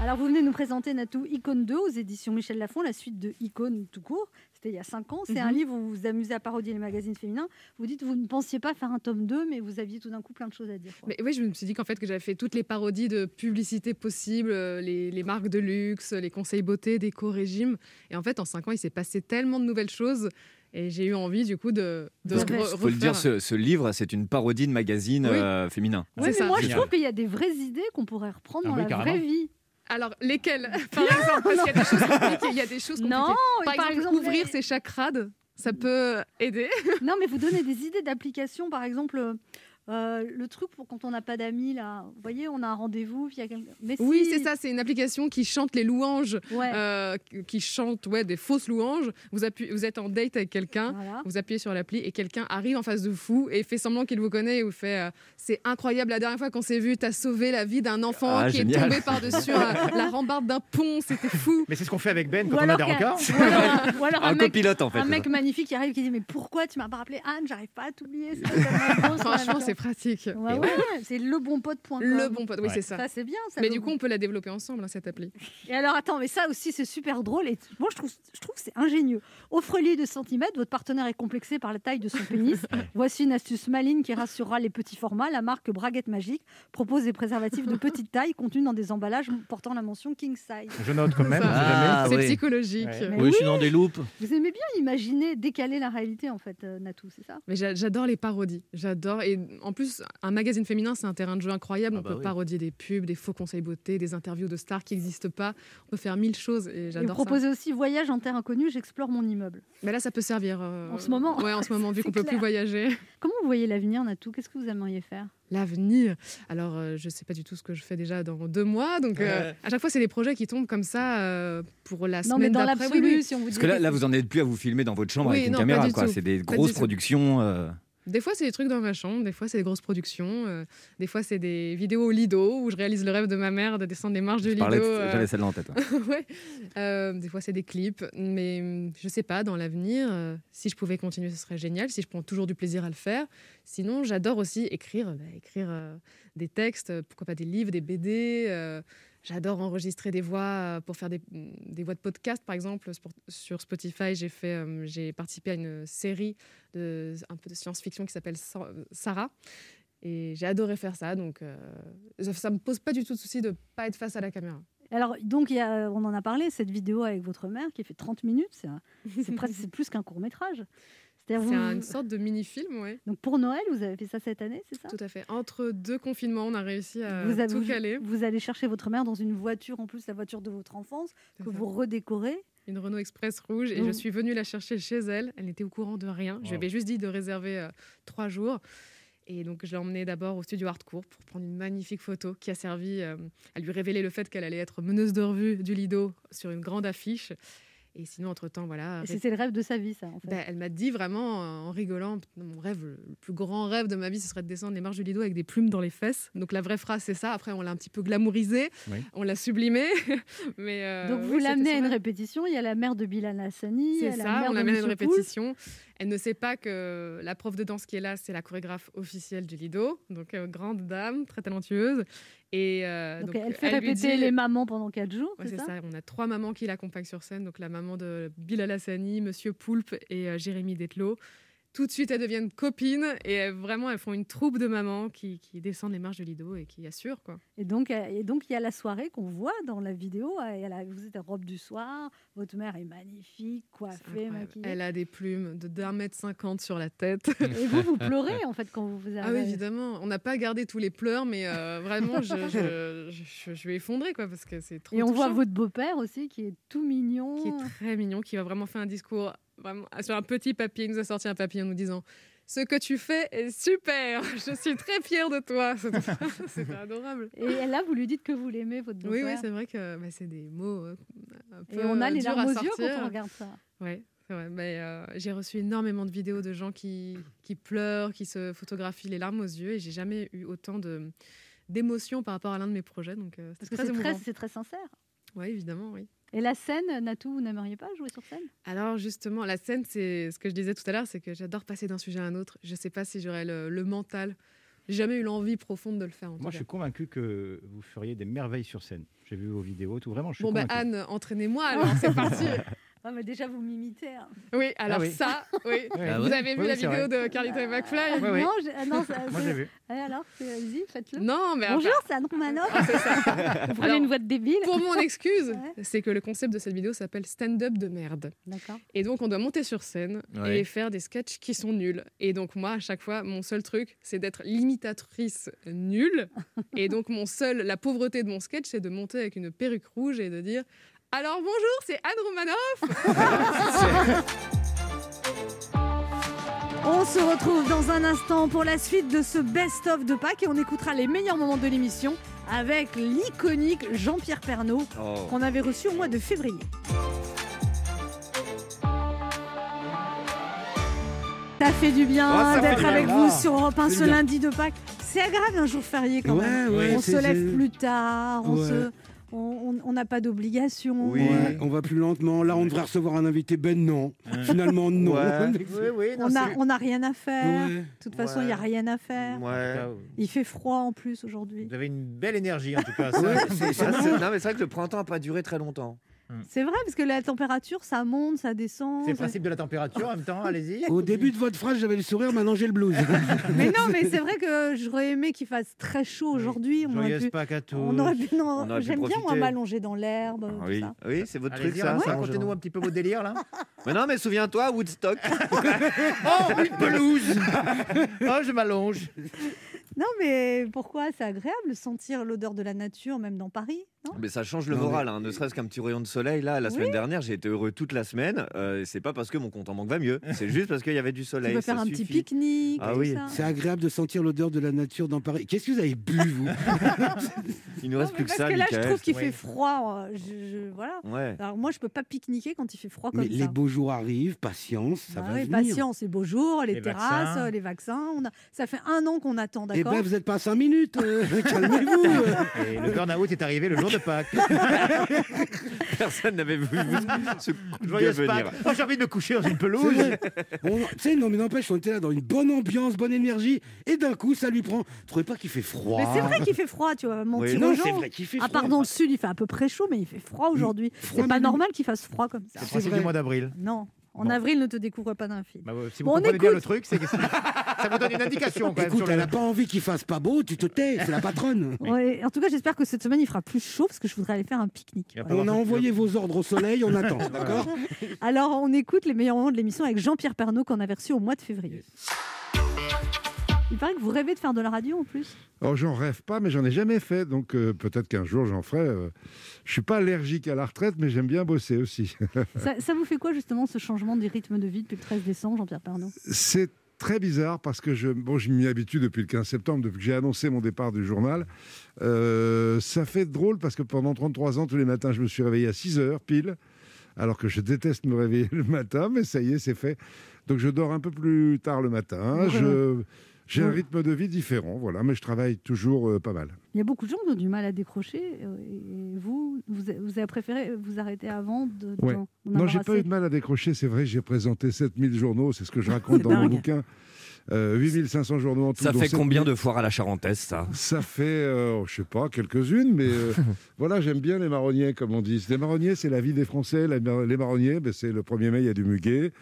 Speaker 3: Alors vous venez nous présenter Natou Icône 2 aux éditions Michel Lafon, la suite de Icône tout court. C'était il y a 5 ans. C'est un
Speaker 15: Mhm.
Speaker 3: livre où vous vous amusez à parodier les magazines féminins. Vous dites vous ne pensiez pas faire un tome 2 mais vous aviez tout d'un coup plein de choses à dire. quoi.
Speaker 15: Mais oui, je me suis dit qu'en fait que j'avais fait toutes les parodies de publicité possibles, euh, les, les marques de luxe, les conseils beauté, déco, régime. Et en fait, en cinq ans, il s'est passé tellement de nouvelles choses. Et j'ai eu envie, du coup, de, de re-
Speaker 16: Il faut le
Speaker 15: refaire.
Speaker 16: dire, ce, ce livre, c'est une parodie de magazine
Speaker 15: Oui.
Speaker 16: euh, féminin.
Speaker 3: Ouais, mais moi je trouve qu'il y a des vraies idées qu'on pourrait reprendre
Speaker 16: Ah
Speaker 3: dans
Speaker 16: oui,
Speaker 3: la
Speaker 16: carrément.
Speaker 3: vraie vie.
Speaker 15: Alors, lesquelles Par exemple, parce qu'il y a des choses compliquées. Il y a des choses
Speaker 3: Non,
Speaker 15: compliquées. par,
Speaker 3: et par
Speaker 15: exemple,
Speaker 3: exemple,
Speaker 15: ouvrir
Speaker 3: les-
Speaker 15: ses chakras, ça peut aider.
Speaker 3: Non, mais vous donnez des idées d'applications, par exemple. euh, euh, le truc pour quand on n'a pas d'amis, là, vous voyez, on a un rendez-vous. puis il y a quelqu'un- Mais
Speaker 15: Oui,
Speaker 3: si.
Speaker 15: c'est ça, c'est une application qui chante les louanges, euh, qui chante ouais, des fausses louanges. Vous, appu- vous êtes en date avec quelqu'un, vous appuyez sur l'appli et quelqu'un arrive en face de vous et fait semblant qu'il vous connaît et vous fait euh, C'est incroyable, la dernière fois qu'on s'est vu, t'as sauvé la vie d'un enfant
Speaker 6: Ah,
Speaker 15: qui est
Speaker 6: génial.
Speaker 15: tombé par-dessus euh, la rambarde d'un pont, c'était
Speaker 3: Oh,
Speaker 15: fou.
Speaker 6: Mais c'est ce qu'on fait avec Ben
Speaker 15: Ou
Speaker 6: quand on a
Speaker 15: alors
Speaker 6: des
Speaker 15: qu'à-
Speaker 6: rencarts.
Speaker 15: ou alors à-
Speaker 3: Ou alors
Speaker 6: Un
Speaker 3: un, mec,
Speaker 6: copilote, en fait,
Speaker 3: un
Speaker 6: c'est
Speaker 3: mec
Speaker 6: ça.
Speaker 3: magnifique qui arrive qui dit Mais pourquoi tu m'as pas rappelé Anne J'arrive pas à t'oublier. c'est pas tellement beau,
Speaker 15: Franchement,
Speaker 3: ça.
Speaker 15: c'est pratique.
Speaker 3: Ouais, ouais, c'est le bon pote.
Speaker 15: Le bon pote, oui, c'est ça.
Speaker 3: Ça, c'est bien. Ça,
Speaker 15: Mais
Speaker 3: le
Speaker 15: du
Speaker 3: bon
Speaker 15: coup, on peut la développer ensemble, hein, cette appli.
Speaker 3: Et alors, attends, mais ça aussi, c'est super drôle. Et moi, je trouve, je trouve que c'est ingénieux. Offrez-lui 2 cm, votre partenaire est complexé par la taille de son pénis. Voici une astuce maligne qui rassurera les petits formats. La marque Braguette Magique propose des préservatifs de petite taille contenus dans des emballages portant la mention King Size.
Speaker 6: Je note quand même. on sait
Speaker 16: Ah,
Speaker 6: jamais.
Speaker 16: oui.
Speaker 15: Ouais.
Speaker 16: Oui,
Speaker 15: Mais
Speaker 16: je suis dans des loupes.
Speaker 3: Vous aimez bien imaginer, décaler la réalité, en fait, euh, Natou, c'est ça
Speaker 15: Mais j'a- j'adore les parodies. J'adore. Et en plus, un magazine féminin, c'est un terrain de jeu incroyable.
Speaker 16: Ah
Speaker 15: on
Speaker 16: bah
Speaker 15: peut
Speaker 16: oui.
Speaker 15: parodier des pubs, des faux conseils beauté, des interviews de stars qui n'existent pas. On peut faire mille choses et
Speaker 3: Et vous
Speaker 15: j'adore
Speaker 3: proposez
Speaker 15: ça.
Speaker 3: aussi Voyage en terre inconnue, j'explore mon immeuble.
Speaker 15: Mais là, ça peut servir. euh,
Speaker 3: En ce moment
Speaker 15: Ouais, en ce moment, vu
Speaker 3: C'est
Speaker 15: qu'on peut plus
Speaker 3: clair.
Speaker 15: voyager.
Speaker 3: Comment vous voyez l'avenir, Natou Qu'est-ce que vous aimeriez faire
Speaker 15: L'avenir. Alors, euh, je sais pas du tout ce que je fais déjà dans deux mois. Donc, euh,
Speaker 16: Ouais.
Speaker 15: à chaque fois, c'est des projets qui tombent comme ça euh, pour la
Speaker 3: Non,
Speaker 15: semaine
Speaker 3: mais dans
Speaker 15: d'après.
Speaker 3: l'absolu, si on vous
Speaker 16: Parce
Speaker 3: dit
Speaker 16: que là,
Speaker 3: que
Speaker 16: là,
Speaker 15: c'est-
Speaker 16: vous en êtes plus à vous filmer dans votre chambre
Speaker 15: Oui,
Speaker 16: avec une
Speaker 15: non, pas
Speaker 16: caméra.
Speaker 15: du
Speaker 16: quoi.
Speaker 15: tout.
Speaker 16: C'est des
Speaker 15: Pas du
Speaker 16: grosses
Speaker 15: tout.
Speaker 16: productions. euh,
Speaker 15: Des fois, c'est des trucs dans ma chambre, des fois, c'est des grosses productions, euh, des fois, c'est des vidéos au Lido où je réalise le rêve de ma mère de descendre les marches du
Speaker 16: je
Speaker 15: Lido.
Speaker 16: parlais de-
Speaker 15: euh,
Speaker 16: J'avais celle-là en tête. ouais.
Speaker 15: Ouais. Euh, des fois, c'est des clips, mais hum, je sais pas, dans l'avenir, euh, si je pouvais continuer, ce serait génial, si je prends toujours du plaisir à le faire. Sinon, j'adore aussi écrire, bah, écrire euh, des textes, euh, pourquoi pas des livres, des BD. euh, j'adore enregistrer des voix euh, pour faire des, des voix de podcast, par exemple. Spor- Sur Spotify, j'ai fait, euh, j'ai participé à une série de, un peu de science-fiction qui s'appelle Sa- Sarah. Et j'ai adoré faire ça, donc euh, ça- ça me pose pas du tout de souci de pas être face à la caméra.
Speaker 3: Alors, donc, il y a- euh, on en a parlé, cette vidéo avec votre mère qui fait 30 minutes, c'est un- c'est presque- c'est plus qu'un court-métrage.
Speaker 15: C'est
Speaker 3: C'est-à-dire vous-
Speaker 15: une sorte de mini-film, ouais.
Speaker 3: Donc, pour Noël, vous avez fait ça cette année, c'est ça
Speaker 15: Tout à fait. Entre deux confinements, on a réussi à
Speaker 3: vous, avez-
Speaker 15: tout
Speaker 3: vous-
Speaker 15: caler.
Speaker 3: vous allez chercher votre mère dans une voiture, en plus la voiture de votre enfance, que vous redécorez.
Speaker 15: une Renault Express rouge et
Speaker 3: Mm.
Speaker 15: je suis venue la chercher chez elle. Elle n'était au courant de rien. Je lui
Speaker 3: Wow.
Speaker 15: avais juste dit de réserver euh, trois jours. Et donc, je l'ai emmenée d'abord au studio Hardcore pour prendre une magnifique photo qui a servi euh, à lui révéler le fait qu'elle allait être meneuse de revue du Lido sur une grande affiche. Et sinon, entre-temps, voilà.
Speaker 3: Et C'était le rêve de sa vie, ça, en fait.
Speaker 15: Bah, elle m'a dit vraiment euh, en rigolant, mon rêve, le le plus grand rêve de ma vie, ce serait de descendre les marches du Lido avec des plumes dans les fesses. Donc la vraie phrase, c'est ça. Après, on l'a un petit peu glamourisé,
Speaker 3: Oui.
Speaker 15: on l'a sublimé. Mais euh,
Speaker 3: Donc,
Speaker 15: oui,
Speaker 3: vous
Speaker 15: c'était
Speaker 3: l'amenez
Speaker 15: son
Speaker 3: à une
Speaker 15: rêve.
Speaker 3: répétition. Il y a la mère de Bilal Hassani. il y
Speaker 15: C'est ça,
Speaker 3: a la mère
Speaker 15: on
Speaker 3: de
Speaker 15: l'amène à une
Speaker 3: Monsieur Poulpe.
Speaker 15: répétition. Elle ne sait pas que la prof de danse qui est là, c'est la chorégraphe officielle du Lido. Donc, euh, grande dame, très talentueuse. Et euh,
Speaker 3: Donc,
Speaker 15: donc,
Speaker 3: elle fait
Speaker 15: lui
Speaker 3: répéter
Speaker 15: dit-
Speaker 3: les mamans pendant 4 jours.
Speaker 15: Ouais,
Speaker 3: Oh, c'est ça,
Speaker 15: On a trois mamans qui l'accompagnent sur scène. Donc la maman de Bilal Hassani, Monsieur Poulpe et euh, Jérémy Detlo. Tout de suite, elles deviennent copines et elles- vraiment, elles font une troupe de mamans qui, qui descendent les marches de Lido et qui assurent. Quoi.
Speaker 3: Et donc, euh, et donc, il y a la soirée qu'on voit dans la vidéo. euh, et elle a- vous êtes en robe du soir. Votre mère est magnifique, coiffée,
Speaker 15: Incroyable.
Speaker 3: maquillée.
Speaker 15: Elle a des plumes de d'un mètre cinquante sur la tête.
Speaker 3: Et vous, vous pleurez, hein en fait, quand vous vous
Speaker 15: Ah oui,
Speaker 3: arrivez.
Speaker 15: évidemment. On n'a pas gardé tous les pleurs, mais euh, vraiment, je, je, je- je vais effondrer, quoi, parce que c'est trop
Speaker 3: Et on voit
Speaker 15: touchant.
Speaker 3: votre beau-père aussi, qui est tout mignon.
Speaker 15: qui est très mignon, qui va vraiment faire un discours vraiment, sur un petit papier. Il nous a sorti un papier en nous disant Ce que tu fais est super Je suis très fière de toi C'est- C'était adorable.
Speaker 3: Et là, vous lui dites que vous l'aimez, votre
Speaker 15: Oui,
Speaker 3: beau-père.
Speaker 15: oui, c'est vrai que bah, c'est des mots euh, un peu
Speaker 3: Et on a les
Speaker 15: durs à
Speaker 3: larmes aux yeux quand
Speaker 15: sortir.
Speaker 3: on regarde ça.
Speaker 15: Ouais, c'est vrai. Mais, euh, j'ai reçu énormément de vidéos de gens qui, qui pleurent, qui se photographient les larmes aux yeux et j'ai jamais eu autant de d'émotions par rapport à l'un de mes projets. Donc, euh,
Speaker 3: Parce
Speaker 15: c'était
Speaker 3: que
Speaker 15: très
Speaker 3: c'est très,
Speaker 15: émouvant.
Speaker 3: c'est très sincère.
Speaker 15: Oui, évidemment, oui.
Speaker 3: Et la scène, Natou, vous n'aimeriez pas jouer sur scène
Speaker 15: Alors justement, la scène, c'est ce que je disais tout à l'heure, c'est que j'adore passer d'un sujet à un autre. Je ne sais pas si j'aurais le, le mental. J'ai jamais eu l'envie profonde de le faire. En
Speaker 9: Moi, je suis convaincu que vous feriez des merveilles sur scène. J'ai vu vos vidéos, tout vraiment. Je suis
Speaker 15: Bon, ben
Speaker 9: convaincu.
Speaker 15: Anne, entraînez-moi alors, c'est parti.
Speaker 3: Ah, mais déjà, vous m'imitez. hein.
Speaker 15: Oui, alors
Speaker 9: oui.
Speaker 15: ça, oui.
Speaker 9: Ah
Speaker 15: vous
Speaker 9: ouais
Speaker 15: avez vu
Speaker 9: Oui,
Speaker 15: la
Speaker 9: c'est
Speaker 15: vidéo
Speaker 9: vrai.
Speaker 15: de Carlito et McFly
Speaker 3: Ah, Non, j'ai- ah, non, ça-
Speaker 15: Moi,
Speaker 3: c'est-
Speaker 15: j'ai vu.
Speaker 3: Allez, alors, c'est- vas-y, faites-le.
Speaker 15: Non, mais
Speaker 3: Bonjour,
Speaker 15: enfin- Ah,
Speaker 3: c'est Anne Romanoff. Vous prenez
Speaker 15: Alors,
Speaker 3: une voix de débile.
Speaker 15: Pour mon excuse, c'est que le concept de cette vidéo s'appelle stand-up de merde.
Speaker 3: D'accord.
Speaker 15: Et donc on doit monter sur scène
Speaker 3: Ouais.
Speaker 15: et faire des sketchs qui sont nuls. Et donc moi, à chaque fois, mon seul truc, c'est d'être l'imitatrice nulle. Et donc mon seul, la pauvreté de mon sketch, c'est de monter avec une perruque rouge et de dire. Alors bonjour, c'est Anne Romanoff.
Speaker 3: On se retrouve dans un instant pour la suite de ce best-of de Pâques et on écoutera les meilleurs moments de l'émission avec l'iconique Jean-Pierre Pernaud
Speaker 13: Oh.
Speaker 3: qu'on avait reçu au mois de février. Ça fait du bien
Speaker 13: Oh, ça fait
Speaker 3: d'être
Speaker 13: du
Speaker 3: avec
Speaker 13: bien.
Speaker 3: vous sur Europe 1
Speaker 13: C'est
Speaker 3: ce
Speaker 13: bien.
Speaker 3: lundi de Pâques. C'est agréable un jour férié quand
Speaker 13: Ouais,
Speaker 3: même.
Speaker 13: ouais,
Speaker 3: on
Speaker 13: c'est-
Speaker 3: se
Speaker 13: c'est-
Speaker 3: lève plus tard, on
Speaker 4: Ouais.
Speaker 3: se- on- on- on n'a pas d'obligation.
Speaker 4: Ouais, on va plus lentement. Là, on devrait recevoir un invité. Ben non. Finalement, non.
Speaker 5: Ouais.
Speaker 3: on n'a on a rien à faire.
Speaker 9: Ouais.
Speaker 3: De toute façon, il n'y a rien à faire. Il fait froid en plus aujourd'hui.
Speaker 9: Vous avez une belle énergie en tout cas.
Speaker 5: Ouais,
Speaker 9: ça.
Speaker 5: c'est- c'est- non, mais c'est vrai que le printemps n'a pas duré très longtemps.
Speaker 3: C'est vrai, parce que la température, ça monte, ça descend.
Speaker 9: C'est le
Speaker 3: ça-
Speaker 9: principe de la température en même temps, allez-y.
Speaker 4: Au début de votre phrase, j'avais le sourire, maintenant j'ai le blues.
Speaker 3: Mais non, mais c'est vrai que j'aurais aimé qu'il fasse très chaud aujourd'hui. On, aurait
Speaker 9: Joyeuse
Speaker 3: pu...
Speaker 9: Pâques à tous.
Speaker 3: on aurait pu. non,
Speaker 9: On aurait pu
Speaker 3: J'aime bien, moi,
Speaker 9: profiter.
Speaker 3: m'allonger dans l'herbe. tout
Speaker 5: Oui,
Speaker 3: ça.
Speaker 5: oui c'est votre truc
Speaker 9: Allez-y,
Speaker 5: ça.
Speaker 9: Anne,
Speaker 5: ça,
Speaker 9: racontez-nous
Speaker 5: Jean.
Speaker 9: un petit peu vos délires là.
Speaker 5: Mais non, mais souviens-toi, Woodstock.
Speaker 9: oh, une pelouse Oh, je m'allonge.
Speaker 3: Non, mais pourquoi C'est agréable sentir l'odeur de la nature, même dans Paris. non
Speaker 5: Mais ça change le
Speaker 4: Non,
Speaker 5: moral, hein, ne serait-ce qu'un petit rayon de soleil. Là, la
Speaker 3: Oui.
Speaker 5: semaine dernière, j'ai été heureux toute la semaine. Euh, et c'est pas parce que mon compte en banque va mieux, c'est juste parce qu'il y avait du soleil.
Speaker 3: Tu peux faire
Speaker 5: ça
Speaker 3: un petit
Speaker 5: suffit.
Speaker 3: pique-nique.
Speaker 5: Ah
Speaker 3: tout
Speaker 5: oui.
Speaker 3: ça.
Speaker 4: C'est agréable de sentir l'odeur de la nature dans Paris. Qu'est-ce que vous avez bu, vous
Speaker 5: Il nous reste plus que
Speaker 3: Parce
Speaker 5: ça,
Speaker 3: que là, je
Speaker 5: Michael.
Speaker 3: trouve qu'il
Speaker 5: Ouais.
Speaker 3: fait froid. euh, Je, je- voilà.
Speaker 5: Ouais.
Speaker 3: Alors moi, je peux pas pique-niquer quand il fait froid comme
Speaker 4: Mais
Speaker 3: ça.
Speaker 4: les beaux jours arrivent, patience, ça
Speaker 3: Bah
Speaker 4: va
Speaker 3: oui,
Speaker 4: venir.
Speaker 3: patience, les beaux jours, les,
Speaker 4: Les
Speaker 3: terrasses,
Speaker 4: vaccins.
Speaker 3: euh, les vaccins. On a... Ça fait un an qu'on attend, d'accord
Speaker 4: Eh ben, vous n'êtes pas à 5 minutes, euh, calmez-vous.
Speaker 9: Et le burn-out est arrivé le jour de Pâques.
Speaker 16: Ah,
Speaker 5: Personne n'avait vu ce coup de
Speaker 9: Joyeuse
Speaker 5: gueule venir.
Speaker 9: Pâques. Oh, j'ai envie de me coucher dans une
Speaker 4: C'est
Speaker 9: pelouse.
Speaker 4: vrai. On- Tu sais, non, mais n'empêche, on était là dans une bonne ambiance, bonne énergie, et d'un coup, ça lui prend. Vous trouvez pas qu'il fait froid
Speaker 3: Mais c'est vrai qu'il fait froid, tu vois, mentir
Speaker 4: Ah. Oui,
Speaker 3: aux
Speaker 4: non,
Speaker 3: gens.
Speaker 4: c'est vrai qu'il fait
Speaker 3: Ah,
Speaker 4: froid.
Speaker 3: pardon, le sud, il fait à peu près chaud, mais il fait froid aujourd'hui.
Speaker 4: froid,
Speaker 3: C'est pas
Speaker 4: mais-
Speaker 3: normal qu'il fasse froid comme ça.
Speaker 9: C'est le principe du mois d'avril.
Speaker 3: Non, en
Speaker 9: Non.
Speaker 3: avril, ne te découvre pas d'un film.
Speaker 9: Bah, euh, si vous
Speaker 3: Bon, on
Speaker 9: comprenez bien
Speaker 3: écoute.
Speaker 9: le truc, c'est que ça ça vous donne une indication quand même.
Speaker 4: Écoute,
Speaker 9: sur
Speaker 4: elle
Speaker 9: le-
Speaker 4: n'a pas envie qu'il fasse pas beau, tu te tais, c'est la patronne.
Speaker 3: Ouais, en tout cas, j'espère que cette semaine, il fera plus chaud parce que je voudrais aller faire un pique-nique.
Speaker 4: On a envoyé vos ordres au soleil, on attend,
Speaker 3: Voilà.
Speaker 4: d'accord
Speaker 3: Alors, on écoute les meilleurs moments de l'émission avec Jean-Pierre Pernaud qu'on avait reçu au mois de février. Il paraît que vous rêvez de faire de la radio en plus.
Speaker 14: Alors Oh, j'en rêve pas, mais j'en ai jamais fait, donc euh, peut-être qu'un jour j'en ferai. euh. Je suis pas allergique à la retraite, mais j'aime bien bosser aussi.
Speaker 3: Ça, ça vous fait quoi justement ce changement du rythme de vie depuis le 13 décembre, Jean-Pierre Pernaud
Speaker 14: C'est très bizarre parce que je, bon, je m'y habitue depuis le 15 septembre, depuis que j'ai annoncé mon départ du journal. Euh, ça fait drôle parce que pendant 33 ans, tous les matins, je me suis réveillé à 6 heures pile, alors que je déteste me réveiller le matin, mais ça y est, c'est fait. Donc je dors un peu plus tard le matin. Je, j'ai un rythme de vie différent, voilà, mais je travaille toujours euh, pas mal.
Speaker 3: Il y a beaucoup de gens qui ont du mal à décrocher. euh, Et vous, vous, a- vous avez préféré vous arrêter avant de.
Speaker 14: Ouais.
Speaker 3: d'en- d'en
Speaker 14: Non,
Speaker 3: avoir
Speaker 14: j'ai pas
Speaker 3: assez.
Speaker 14: eu de mal à décrocher, c'est vrai, j'ai présenté 7000 journaux, c'est ce que je raconte dans mon
Speaker 16: dingue.
Speaker 14: bouquin. Euh, 8500 journaux en tout.
Speaker 16: Ça
Speaker 14: dont
Speaker 16: fait
Speaker 14: 7000
Speaker 16: combien de foires à la Charentaise, ça
Speaker 14: Ça fait, euh, je sais pas, quelques-unes, mais euh, voilà, j'aime bien les marronniers, comme on dit. Les marronniers, c'est la vie des Français. La- les marronniers, ben, c'est le 1er mai, il y a du muguet.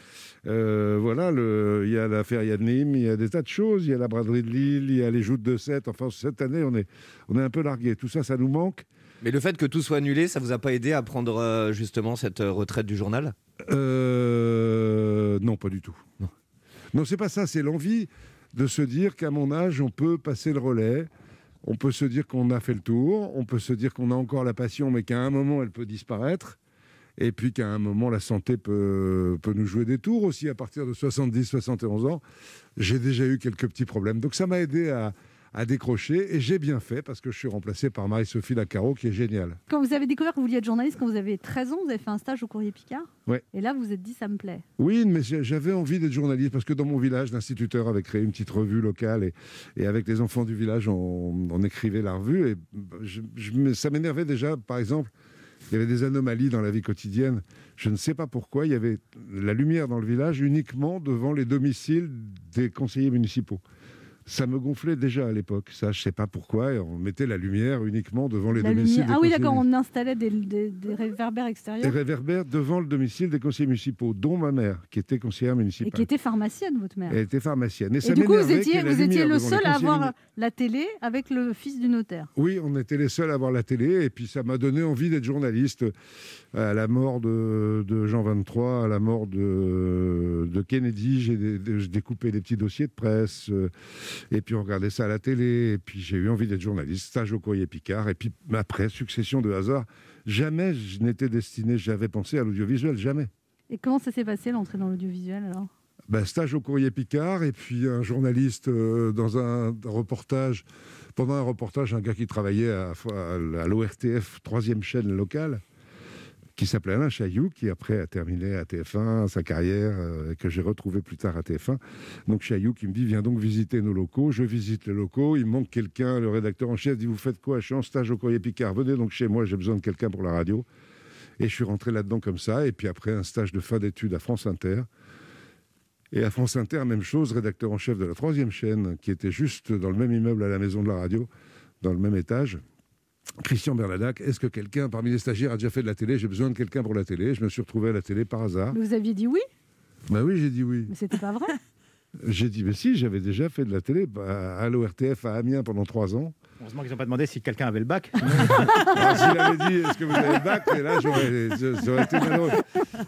Speaker 14: Euh, voilà, le- il y a la feria de Nîmes, il y a des tas de choses. Il y a la braderie de Lille, il y a les joutes de Sète. Enfin, cette année, on est, on est un peu largué. Tout ça, ça nous manque.
Speaker 16: Mais le fait que tout soit annulé, ça vous a pas aidé à prendre euh, justement cette euh, retraite du journal
Speaker 14: Euh, non, pas du tout. Non, c'est pas ça, c'est l'envie de se dire qu'à mon âge, on peut passer le relais, on peut se dire qu'on a fait le tour, on peut se dire qu'on a encore la passion, mais qu'à un moment, elle peut disparaître. Et puis qu'à un moment, la santé peut, peut nous jouer des tours aussi. À partir de 70-71 ans, j'ai déjà eu quelques petits problèmes. Donc ça m'a aidé à, à décrocher. Et j'ai bien fait parce que je suis remplacé par Marie-Sophie Lacaro, qui est géniale.
Speaker 3: Quand vous avez découvert que vous vouliez être journaliste, quand vous avez 13 ans, vous avez fait un stage au Courrier Picard.
Speaker 14: Ouais.
Speaker 3: Et là, vous vous êtes dit, ça me plaît.
Speaker 14: Oui, mais j'ai- j'avais envie d'être journaliste parce que dans mon village, l'instituteur avait créé une petite revue locale et, et avec les enfants du village, on, on écrivait la revue. Et je- je me- ça m'énervait déjà, par exemple, il y avait des anomalies dans la vie quotidienne. Je ne sais pas pourquoi, il y avait la lumière dans le village uniquement devant les domiciles des conseillers municipaux. Ça me gonflait déjà à l'époque, ça je ne sais pas pourquoi, et on mettait la lumière uniquement devant les
Speaker 3: La
Speaker 14: domiciles
Speaker 3: lumière.
Speaker 14: des
Speaker 3: Ah oui,
Speaker 14: conseillers
Speaker 3: d'accord, on installait des, des- des réverbères
Speaker 14: et
Speaker 3: extérieurs.
Speaker 14: réverbère devant le domicile des conseillers municipaux, dont ma mère, qui était conseillère municipale.
Speaker 3: Et qui était pharmacienne, votre mère.
Speaker 14: Elle était pharmacienne. Et,
Speaker 3: Et,
Speaker 14: ça
Speaker 3: du coup, vous
Speaker 14: m'énervait qu'il y
Speaker 3: étiez,
Speaker 14: ait la
Speaker 3: vous étiez
Speaker 14: lumière
Speaker 3: le
Speaker 14: devant les
Speaker 3: seul à
Speaker 14: conseillers
Speaker 3: avoir
Speaker 14: municipaux.
Speaker 3: la télé avec le fils du notaire.
Speaker 14: Oui, on était les seuls à avoir la télé, et puis ça m'a donné envie d'être journaliste. À la mort de, de Jean 23, à la mort de, de Kennedy, j'ai dé- dé- j'ai découpé des petits dossiers de presse, euh, et puis on regardait ça à la télé, et puis j'ai eu envie d'être journaliste, stage au courrier Picard, et puis après, succession de hasards, jamais je n'étais destiné, j'avais pensé à l'audiovisuel, jamais.
Speaker 3: Et comment ça s'est passé l'entrée dans l'audiovisuel alors
Speaker 14: Ben, stage au courrier Picard et puis un journaliste euh, dans un reportage, pendant un reportage, un gars qui travaillait à, à l'ORTF, troisième chaîne locale, qui s'appelait Alain Chailloux, qui après a terminé à TF1 sa carrière, euh, que j'ai retrouvé plus tard à TF1. Donc Chailloux qui me dit, viens donc visiter nos locaux. Je visite les locaux, il manque quelqu'un, le rédacteur en chef dit, vous faites quoi Je suis en stage au courrier Picard, venez donc chez moi, j'ai besoin de quelqu'un pour la radio. Et je suis rentré là-dedans comme ça, et puis après un stage de fin d'études à France Inter. Et à France Inter, même chose, rédacteur en chef de la troisième chaîne, qui était juste dans le même immeuble à la maison de la radio, dans le même étage. Christian Berladac, est-ce que quelqu'un parmi les stagiaires a déjà fait de la télé J'ai besoin de quelqu'un pour la télé. Je me suis retrouvé à la télé par hasard.
Speaker 3: Mais vous aviez dit oui,
Speaker 14: Ben oui, j'ai dit oui.
Speaker 3: mais c'était pas vrai.
Speaker 14: J'ai dit, mais si, j'avais déjà fait de la télé bah, à l'ORTF à Amiens pendant trois ans.
Speaker 9: Heureusement qu'ils n'ont pas demandé si quelqu'un avait le bac.
Speaker 14: Alors, S'il avait dit, est-ce que vous avez le bac Et là, j'aurais j'aurais été malheureux.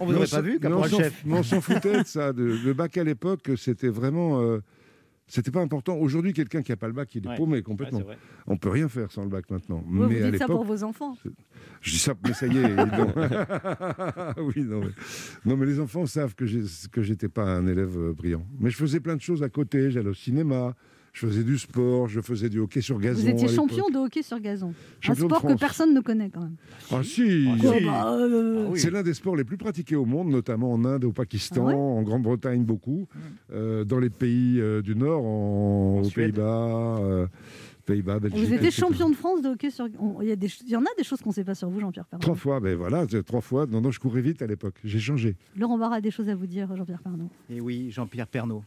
Speaker 9: On vous
Speaker 14: Mais
Speaker 9: aurait
Speaker 14: s'en-
Speaker 9: pas vu,
Speaker 14: mais
Speaker 9: caporal
Speaker 14: on s'en-
Speaker 9: chef.
Speaker 14: Mais on s'en foutait de ça. de- le bac à l'époque, c'était vraiment. euh, c'était pas important. Aujourd'hui, quelqu'un qui n'a pas le bac, il est
Speaker 3: Ouais.
Speaker 14: paumé complètement.
Speaker 3: Ouais, c'est vrai.
Speaker 14: on peut rien faire sans le bac maintenant.
Speaker 3: Vous,
Speaker 14: mais
Speaker 3: vous
Speaker 14: à
Speaker 3: dites ça pour
Speaker 14: l'époque,
Speaker 3: vos enfants.
Speaker 14: je dis ça, mais ça y est. ils l'ont. oui, non mais, non, mais les enfants savent que j'ai- que j'étais pas un élève euh, brillant. Mais je faisais plein de choses à côté. J'allais au cinéma, je faisais du sport, je faisais du hockey sur gazon.
Speaker 3: Vous étiez
Speaker 14: à l'époque.
Speaker 3: champion de hockey sur gazon. Un
Speaker 14: Champion de
Speaker 3: sport que
Speaker 14: France.
Speaker 3: personne ne connaît quand même.
Speaker 14: Ah si,
Speaker 3: Ah, si. bah, euh,
Speaker 14: C'est l'un des sports les plus pratiqués au monde, notamment en Inde, au Pakistan,
Speaker 3: Ah ouais Mm.
Speaker 14: en Grande-Bretagne beaucoup, euh, dans les pays euh, du Nord, en, aux
Speaker 9: Suède.
Speaker 14: Pays-Bas, euh, Pays-Bas, Belgique.
Speaker 3: Vous étiez
Speaker 14: etc.
Speaker 3: champion de France de hockey sur. on- Il y, a des ch- il y en a des choses qu'on ne sait pas sur vous, Jean-Pierre Pernaut.
Speaker 14: Trois fois, ben voilà, c'est trois fois. Non, non, je courais vite à l'époque. J'ai changé.
Speaker 3: Laurent Barra a des choses à vous dire, Jean-Pierre Pernaut.
Speaker 6: Et oui, Jean-Pierre Pernaud.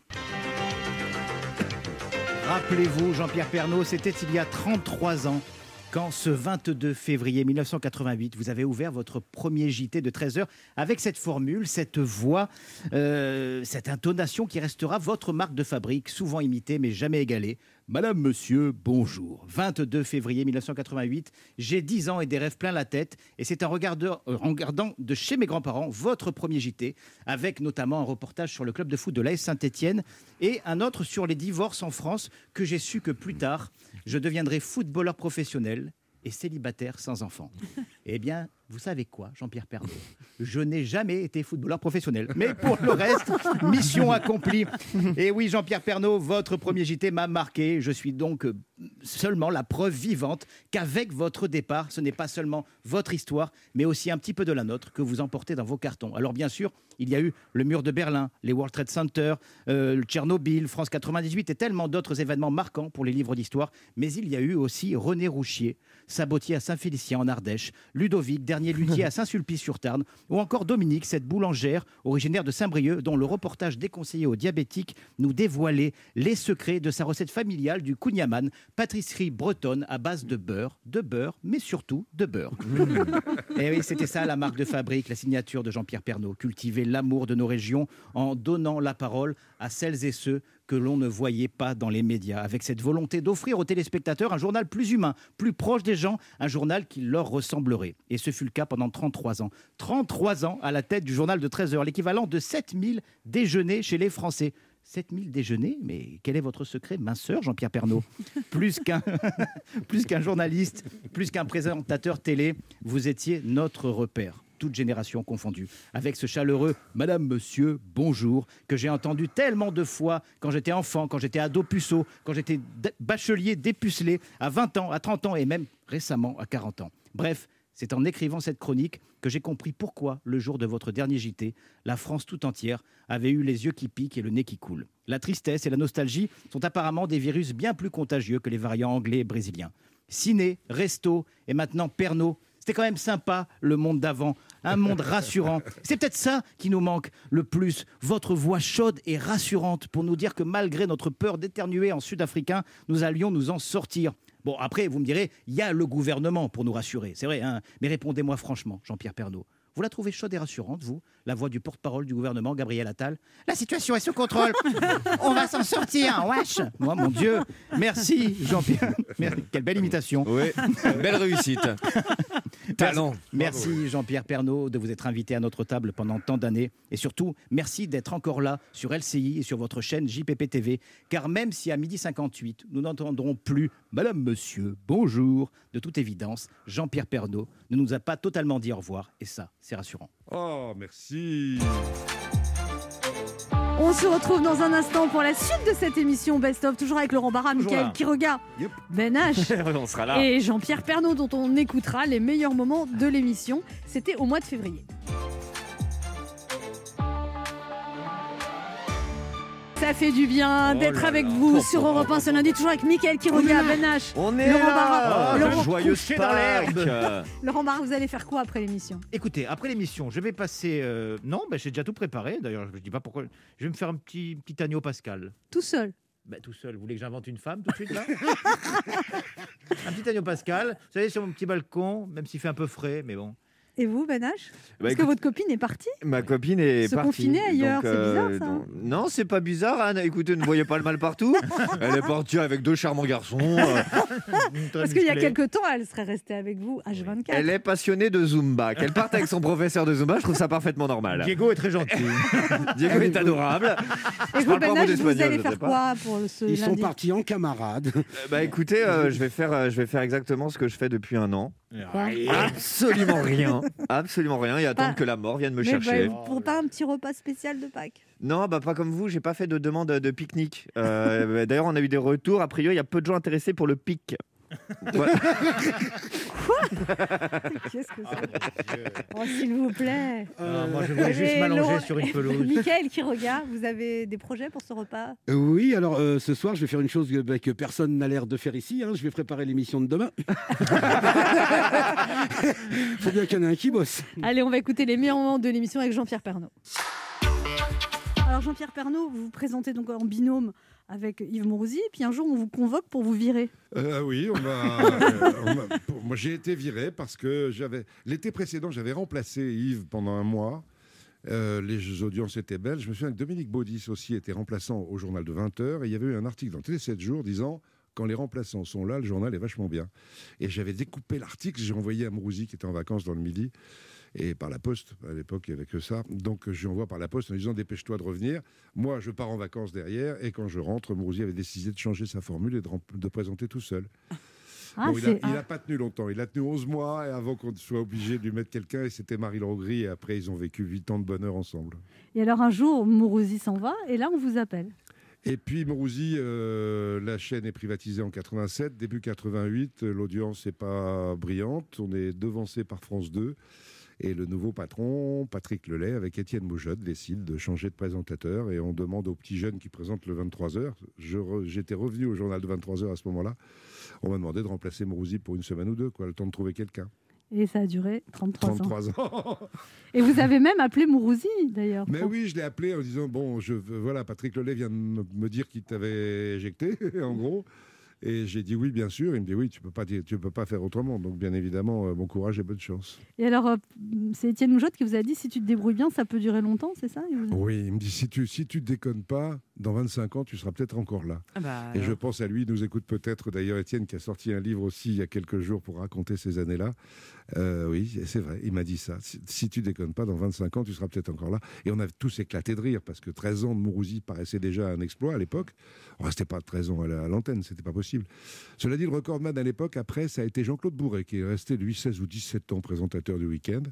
Speaker 6: Rappelez-vous, Jean-Pierre Pernaud, c'était il y a 33 ans. quand ce 22 février 1988, vous avez ouvert votre premier JT de 13 heures avec cette formule, cette voix, euh, cette intonation qui restera votre marque de fabrique, souvent imitée mais jamais égalée. Madame, monsieur, bonjour. 22 février 1988, j'ai 10 ans et des rêves plein la tête. Et c'est en, regardeur- euh, en regardant de chez mes grands-parents votre premier JT, avec notamment un reportage sur le club de foot de l'AS Saint-Étienne et un autre sur les divorces en France que j'ai su que plus tard, je deviendrai footballeur professionnel et célibataire sans enfant. Eh bien, vous savez quoi, Jean-Pierre Pernaut Je n'ai jamais été footballeur professionnel. Mais pour le reste, mission accomplie. Et oui, Jean-Pierre Pernaut, votre premier JT m'a marqué. Je suis donc euh, seulement la preuve vivante qu'avec votre départ, ce n'est pas seulement votre histoire, mais aussi un petit peu de la nôtre que vous emportez dans vos cartons. Alors bien sûr, il y a eu le mur de Berlin, les World Trade Center, euh, le Tchernobyl, France 98 et tellement d'autres événements marquants pour les livres d'histoire. Mais il y a eu aussi René Rouchier, sabotier à Saint-Félicien en Ardèche, Ludovic, dernier luthier à Saint-Sulpice-sur-Tarn, ou encore Dominique, cette boulangère originaire de Saint-Brieuc, dont le reportage déconseillé aux diabétiques nous dévoilait les secrets de sa recette familiale du Kouniaman, pâtisserie bretonne à base de beurre, de beurre, mais surtout de beurre. Et Eh oui, c'était ça la marque de fabrique, la signature de Jean-Pierre Pernaud, cultiver l'amour de nos régions en donnant la parole à celles et ceux que l'on ne voyait pas dans les médias, avec cette volonté d'offrir aux téléspectateurs un journal plus humain, plus proche des gens, un journal qui leur ressemblerait. Et ce fut le cas pendant 33 ans. 33 ans à la tête du journal de 13 heures, l'équivalent de 7000 déjeuners chez les Français. 7000 déjeuners, mais quel est votre secret, minceur, Jean-Pierre Pernaud Plus qu'un plus qu'un journaliste, plus qu'un présentateur télé, vous étiez notre repère toutes générations confondues, avec ce chaleureux Madame, Monsieur, bonjour, que j'ai entendu tellement de fois quand j'étais enfant, quand j'étais ado puceau, quand j'étais d- bachelier dépucelé, à 20 ans, à 30 ans et même récemment à 40 ans. Bref, c'est en écrivant cette chronique que j'ai compris pourquoi, le jour de votre dernier JT, la France tout entière avait eu les yeux qui piquent et le nez qui coule. La tristesse et la nostalgie sont apparemment des virus bien plus contagieux que les variants anglais et brésiliens. Ciné, resto et maintenant Pernod, c'était quand même sympa le monde d'avant, un monde rassurant. C'est peut-être ça qui nous manque le plus, votre voix chaude et rassurante pour nous dire que malgré notre peur d'éternuer en sud-africain, nous allions nous en sortir. Bon, après, vous me direz, il y a le gouvernement pour nous rassurer, c'est vrai, hein mais répondez-moi franchement, Jean-Pierre Pernaud. Vous la trouvez chaude et rassurante, vous, la voix du porte-parole du gouvernement, Gabriel Attal La situation est sous contrôle. On va s'en sortir, wesh Moi, mon Dieu. Merci, Jean-Pierre. Merci. Quelle belle imitation.
Speaker 16: Belle réussite.
Speaker 3: euh,
Speaker 16: Talent.
Speaker 6: Merci, merci Jean-Pierre Pernaud de vous être invité à notre table pendant tant d'années. Et surtout, merci d'être encore là sur LCI et sur votre chaîne JPP TV. Car même si à midi 58, nous n'entendrons plus Madame, Monsieur, bonjour, de toute évidence, Jean-Pierre Pernaud ne nous a pas totalement dit au revoir. Et ça, c'est rassurant.
Speaker 14: Oh, merci.
Speaker 3: On se retrouve dans un instant pour la suite de cette émission Best of, toujours avec Laurent Barra,
Speaker 5: Toujours
Speaker 3: Mickaël
Speaker 5: là.
Speaker 3: qui regarde Ben H.
Speaker 5: On sera là.
Speaker 3: Et Jean-Pierre Pernaud, dont on écoutera les meilleurs moments de l'émission. C'était au mois de février. Ça fait du bien
Speaker 5: Oh
Speaker 3: d'être
Speaker 5: là
Speaker 3: avec
Speaker 5: là.
Speaker 3: vous
Speaker 5: Oh,
Speaker 3: sur
Speaker 5: oh,
Speaker 3: Europe 1 ce lundi, toujours avec Mickaël
Speaker 5: On est
Speaker 3: Quiroga,
Speaker 5: là.
Speaker 3: Ben H,
Speaker 5: On est
Speaker 3: Laurent
Speaker 5: là.
Speaker 3: Barra.
Speaker 5: Ah,
Speaker 3: Laurent,
Speaker 5: joyeux Pâques.
Speaker 3: Laurent Barra, vous allez faire quoi après l'émission
Speaker 6: Écoutez, après l'émission, je vais passer. euh, Non, ben, j'ai déjà tout préparé. D'ailleurs, je ne dis pas pourquoi. Je vais me faire un petit, petit agneau pascal.
Speaker 3: Tout seul
Speaker 6: Ben, tout seul. Vous voulez que j'invente une femme tout de suite là Un petit agneau pascal. Vous savez, sur mon petit balcon, même s'il fait un peu frais, mais bon.
Speaker 3: Et vous, Ben H
Speaker 5: Bah,
Speaker 3: Parce que
Speaker 5: écoute-
Speaker 3: votre copine est partie
Speaker 5: Ma copine est
Speaker 3: Se
Speaker 5: partie.
Speaker 3: confiner ailleurs,
Speaker 5: donc, euh,
Speaker 3: c'est bizarre, ça. hein.
Speaker 5: donc- Non, c'est pas bizarre. Anne. Écoutez, ne voyez pas le mal partout. Elle est partie avec deux charmants garçons. euh,
Speaker 3: Parce qu'il y a quelques temps, elle serait restée avec vous, H24.
Speaker 5: Elle est passionnée de Zumba. Qu'elle parte avec son professeur de Zumba, je trouve ça parfaitement normal.
Speaker 6: Diego est très gentil.
Speaker 5: Diego est adorable.
Speaker 3: Et
Speaker 5: Je
Speaker 3: vous,
Speaker 5: parle pas
Speaker 3: Ben
Speaker 5: un mot
Speaker 3: H, vous
Speaker 5: d'espagnol,
Speaker 3: allez
Speaker 5: Ah, je sais
Speaker 3: faire
Speaker 5: pas.
Speaker 3: quoi pour le- ce
Speaker 4: Ils sont
Speaker 3: lundi
Speaker 4: partis en camarade.
Speaker 5: Euh, Bah écoutez, euh, je, vais faire, euh, je vais faire exactement ce que je fais depuis un an.
Speaker 3: Quoi
Speaker 5: Absolument rien. Absolument rien. Et attendre
Speaker 3: Pas-
Speaker 5: que la mort vienne me
Speaker 3: Mais
Speaker 5: chercher.
Speaker 3: bah, pour pas un petit repas spécial de Pâques.
Speaker 5: Non, bah pas comme vous, j'ai pas fait de demande de pique-nique. Euh, bah, D'ailleurs, on a eu des retours. A priori, il y a peu de gens intéressés pour le pic. Voilà.
Speaker 3: Qu'est-ce que
Speaker 16: Ah,
Speaker 3: c'est Oh, s'il vous plaît.
Speaker 6: Ah, moi, je voulais juste
Speaker 3: Allez,
Speaker 6: m'allonger
Speaker 3: Laurent-
Speaker 6: sur une pelouse.
Speaker 3: Mickaël qui regarde, vous avez des projets pour ce repas
Speaker 4: Euh, Oui, alors euh, ce soir, je vais faire une chose que, bah, que personne n'a l'air de faire ici. hein. Je vais préparer l'émission de demain. Faut bien qu'il y en ait un qui bosse.
Speaker 3: Allez, on va écouter les meilleurs moments de l'émission avec Jean-Pierre Pernaud. Alors Jean-Pierre Pernaud, vous vous présentez donc en binôme avec Yves Mourouzi, et puis un jour on vous convoque pour vous virer.
Speaker 14: Euh, oui, on m'a. euh, on m'a- pour- moi, j'ai été viré parce que j'avais. L'été précédent, j'avais remplacé Yves pendant un mois. Euh, les audiences étaient belles. Je me souviens que Dominique Baudis aussi était remplaçant au journal de 20h. Et il y avait eu un article dans Télé 7 jours disant Quand les remplaçants sont là, le journal est vachement bien. Et j'avais découpé l'article, j'ai envoyé à Mourouzi qui était en vacances dans le midi. Et par la poste, à l'époque, il n'y avait que ça. Donc, je lui envoie par la poste en lui disant Dépêche-toi de revenir. Moi, je pars en vacances derrière. Et quand je rentre, Mourouzi avait décidé de changer sa formule et de, rem- de présenter tout seul.
Speaker 13: Ah,
Speaker 14: Bon, il n'a
Speaker 13: c'est- ah.
Speaker 14: pas tenu longtemps. Il a tenu 11 mois et avant qu'on soit obligé de lui mettre quelqu'un. Et c'était Marie Logris. Et après, ils ont vécu 8 ans de bonheur ensemble.
Speaker 3: Et alors un jour, Mourouzi s'en va, et là on vous appelle.
Speaker 14: Et puis, Mourouzi, euh, la chaîne est privatisée en 87. Début 88, euh, l'audience n'est pas brillante. On est devancé par France 2. Et le nouveau patron, Patrick Lelay, avec Étienne Moujotte, décide de changer de présentateur. Et on demande aux petits jeunes qui présentent le 23h. Je re- J'étais revenu au journal de 23h à ce moment-là. On m'a demandé de remplacer Mourouzi pour une semaine ou deux, quoi, le temps de trouver quelqu'un.
Speaker 3: Et ça a duré 33,
Speaker 14: 33
Speaker 3: ans.
Speaker 14: ans.
Speaker 3: Et vous avez même appelé Mourouzi d'ailleurs.
Speaker 14: Mais
Speaker 3: pour-
Speaker 14: oui, je l'ai appelé en disant bon, je voilà, Patrick Lelay vient de me me dire qu'il t'avait éjecté, en gros. Et j'ai dit oui, bien sûr. Il me dit oui, tu peux pas, dire- tu peux pas faire autrement. Donc bien évidemment, euh, bon courage et bonne chance.
Speaker 3: Et alors, euh, c'est Étienne Moujotte qui vous a dit si tu te débrouilles bien, ça peut durer longtemps, c'est ça Et vous-
Speaker 14: Oui, il me dit si tu si tu déconnes pas, dans 25 ans, tu seras peut-être encore là.
Speaker 3: Ah bah,
Speaker 14: et je
Speaker 3: alors.
Speaker 14: pense à lui. Il nous écoute peut-être d'ailleurs Étienne qui a sorti un livre aussi il y a quelques jours pour raconter ces années-là. Euh, oui, et c'est vrai. Il m'a dit ça. Si, si tu déconnes pas, dans 25 ans, tu seras peut-être encore là. Et on a tous éclaté de rire parce que 13 ans de Mourouzi paraissait déjà un exploit à l'époque. On restait pas 13 ans à la- à l'antenne, c'était pas possible. Cela dit, le recordman à l'époque, après, ça a été Jean-Claude Bourret qui est resté lui 16 ou 17 ans présentateur du week-end.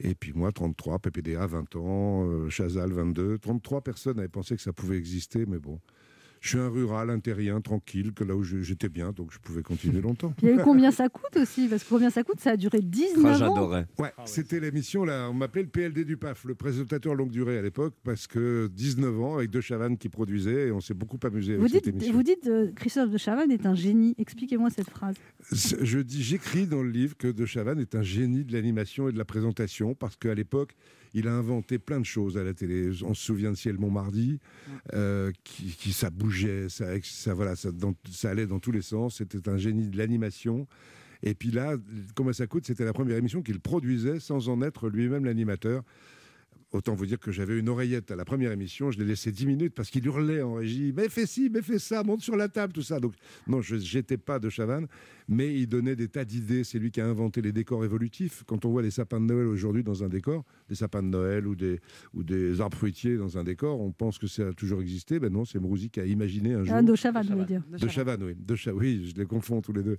Speaker 14: Et puis moi, 33, PPDA, 20 ans, euh, Chazal, 22. 33 personnes avaient pensé que ça pouvait exister, mais bon. Je suis un rural, un terrien, tranquille, que là où je- j'étais bien, donc je pouvais continuer longtemps.
Speaker 3: Puis il y a eu combien ça coûte aussi Parce que combien ça coûte Ça a duré 19 ans.
Speaker 14: Ouais, c'était l'émission, là, on m'appelait le PLD du PAF, le présentateur longue durée à l'époque, parce que 19 ans, avec deux chavannes qui produisaient, et on s'est beaucoup amusé avec
Speaker 3: Vous
Speaker 14: cette
Speaker 3: dites,
Speaker 14: émission.
Speaker 3: vous dites euh, Christophe de Chavannes est un génie. Expliquez-moi cette phrase.
Speaker 14: C'est- Je dis, j'écris dans le livre que De Chavannes est un génie de l'animation et de la présentation parce qu'à l'époque, il a inventé plein de choses à la télé. On se souvient de Ciel Montmardi, euh, qui, qui- ça bougeait, ça, ça- voilà, ça, dans- ça allait dans tous les sens. C'était un génie de l'animation. Et puis là, comment ça coûte C'était la première émission qu'il produisait sans en être lui-même l'animateur. Autant vous dire que j'avais une oreillette à la première émission, je l'ai laissé 10 minutes parce qu'il hurlait en régie, mais fais ci, mais fais ça, monte sur la table, tout ça. Donc non, je n'étais pas de Chavannes, mais il donnait des tas d'idées. C'est lui qui a inventé les décors évolutifs. Quand on voit les sapins de Noël aujourd'hui dans un décor, des sapins de Noël ou des, ou des arbres fruitiers dans un décor, on pense que ça a toujours existé. Ben non, c'est Mourouzi qui a imaginé un jour.
Speaker 3: Ah, de Chavannes, vous voulez dire.
Speaker 14: De Chavannes, oui. De Cha- oui, je les confonds tous les deux.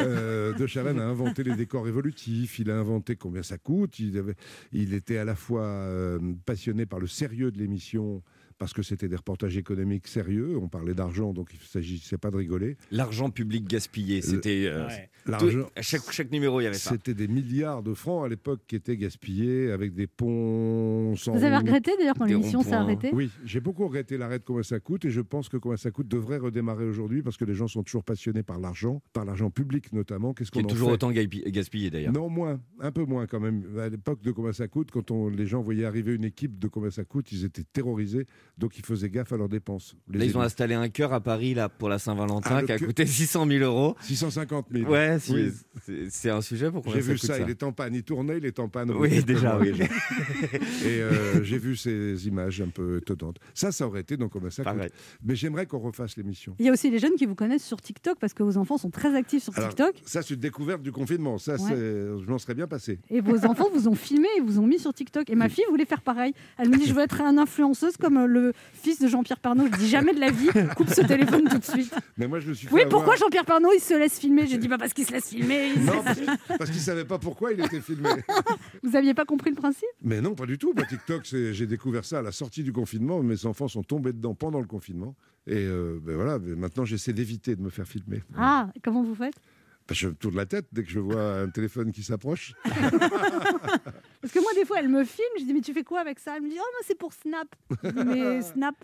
Speaker 14: Euh, de Chavannes a inventé les décors évolutifs, il a inventé combien ça coûte, il, avait- il était à la fois euh, passionné par le sérieux de l'émission, parce que c'était des reportages économiques sérieux, on parlait d'argent, donc il ne s'agissait pas de rigoler.
Speaker 16: L'argent public gaspillé, c'était. euh,
Speaker 14: Ouais.
Speaker 16: tout-
Speaker 14: L'argent-
Speaker 16: à chaque, chaque numéro, il y avait
Speaker 3: Ah.
Speaker 16: ça.
Speaker 14: C'était des milliards de francs à l'époque qui étaient gaspillés avec des ponts sans
Speaker 3: Vous avez
Speaker 14: roue.
Speaker 3: regretté, d'ailleurs, quand Des l'émission s'est ronds-points. arrêtée
Speaker 14: Oui, j'ai beaucoup regretté l'arrêt de Comment ça coûte et je pense que Comment ça coûte devrait redémarrer aujourd'hui parce que les gens sont toujours passionnés par l'argent, par l'argent public notamment. Qu'est-ce
Speaker 16: Qui
Speaker 14: qu'on
Speaker 16: est
Speaker 14: en
Speaker 16: toujours
Speaker 14: fait
Speaker 16: autant gapi- gaspillé d'ailleurs.
Speaker 14: Non, moins, un peu moins quand même. À l'époque de Comment ça coûte, quand on, les gens voyaient arriver une équipe de Comment ça coûte, ils étaient terrorisés, donc ils faisaient gaffe à leurs dépenses. Les
Speaker 16: Là, ils ont
Speaker 14: élus.
Speaker 16: installé un cœur à Paris là, pour la Saint-Valentin
Speaker 14: Ah, le
Speaker 16: qui a
Speaker 14: cœur-
Speaker 16: coûté 600 000 euros.
Speaker 14: 650 000.
Speaker 16: Ouais, si-
Speaker 14: Oui.
Speaker 16: c'est- c'est un sujet pour qu'on
Speaker 14: J'ai vu
Speaker 16: coûte
Speaker 14: ça, il est en panne, il tournait, il est en panne.
Speaker 16: Oui,
Speaker 14: Quelques
Speaker 16: déjà,
Speaker 14: mois
Speaker 16: oui.
Speaker 14: déjà. Et euh, j'ai vu ces images un peu étonnantes. Ça, ça aurait été donc comme ça. coûte. Mais j'aimerais qu'on refasse l'émission.
Speaker 3: Il y a aussi les jeunes qui vous connaissent sur TikTok parce que vos enfants sont très actifs sur
Speaker 14: Alors,
Speaker 3: TikTok.
Speaker 14: ça, c'est une découverte du confinement. Ça,
Speaker 3: Ouais.
Speaker 14: c'est- je m'en serais bien passé.
Speaker 3: Et vos enfants vous ont filmé et vous ont mis sur TikTok. Et ma fille voulait faire pareil. Elle me dit Je veux être une influenceuse comme euh, le fils de Jean-Pierre Pernaud. Je dis jamais de la vie, coupe ce téléphone tout de suite.
Speaker 14: Mais moi, je me suis fait
Speaker 3: Oui, pourquoi
Speaker 14: avoir-
Speaker 3: Jean-Pierre Pernaud il se laisse filmer J'ai dit Bah parce qu'il se laisse filmer. il se
Speaker 14: Non,
Speaker 3: laisse-
Speaker 14: parce, parce qu'il savait pas pourquoi il était filmé.
Speaker 3: Vous aviez pas compris le principe
Speaker 14: Mais non, pas du tout. Moi, TikTok, c'est- j'ai découvert ça à la sortie du confinement. Mes enfants sont tombés dedans pendant le confinement. Et euh, ben voilà, mais maintenant, j'essaie d'éviter de me faire filmer.
Speaker 3: Ah, comment vous faites
Speaker 14: Parce que je me tourne la tête dès que je vois un téléphone qui s'approche.
Speaker 3: Parce que moi, des fois, elle me filme. Je dis Mais tu fais quoi avec ça Elle me dit Oh, mais c'est pour Snap. Je dis, mais Snap.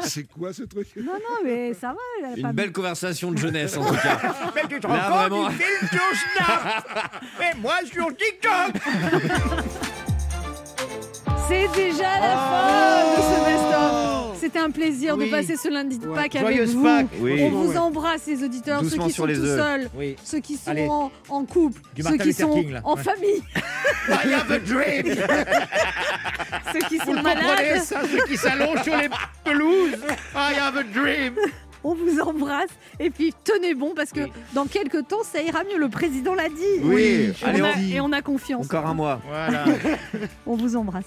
Speaker 14: c'est quoi ce truc
Speaker 3: Non, non, mais ça va. elle a pas
Speaker 16: Une belle conversation de jeunesse en tout cas.
Speaker 6: Mais tu te rends
Speaker 16: Là,
Speaker 6: compte
Speaker 16: vraiment.
Speaker 6: il filme sur Snap Mais moi sur TikTok
Speaker 3: C'est déjà la fin de ce best-of. C'était c'était un plaisir
Speaker 6: Ah, oh. Oui.
Speaker 3: de passer ce lundi de
Speaker 6: Ouais.
Speaker 3: Pâques avec
Speaker 6: Joyeuse
Speaker 3: vous.
Speaker 6: Pâques. Oui.
Speaker 3: On vous
Speaker 6: Ouais.
Speaker 3: embrasse les auditeurs,
Speaker 6: Doucement
Speaker 3: ceux qui
Speaker 6: sur
Speaker 3: sont
Speaker 6: les
Speaker 3: tout
Speaker 6: œufs.
Speaker 3: seuls,
Speaker 6: Oui.
Speaker 3: ceux qui sont
Speaker 6: Allez.
Speaker 3: en, en couple,
Speaker 6: Du
Speaker 3: ceux
Speaker 6: Martin
Speaker 3: qui
Speaker 6: Luther
Speaker 3: sont
Speaker 6: King, là.
Speaker 3: en
Speaker 6: Ouais.
Speaker 3: famille,
Speaker 6: I have a dream
Speaker 3: ceux qui
Speaker 6: Vous
Speaker 3: sont
Speaker 6: le comprenez
Speaker 3: malades.
Speaker 6: ça, ceux qui s'allongent sur les pelouses I have a dream
Speaker 3: On vous embrasse et puis tenez bon parce que dans quelques temps ça ira mieux. Le président l'a dit.
Speaker 5: Oui.
Speaker 3: On
Speaker 5: Allez,
Speaker 3: a-
Speaker 5: on dit.
Speaker 3: et on a confiance.
Speaker 5: Encore un mois.
Speaker 6: Voilà.
Speaker 3: On vous embrasse.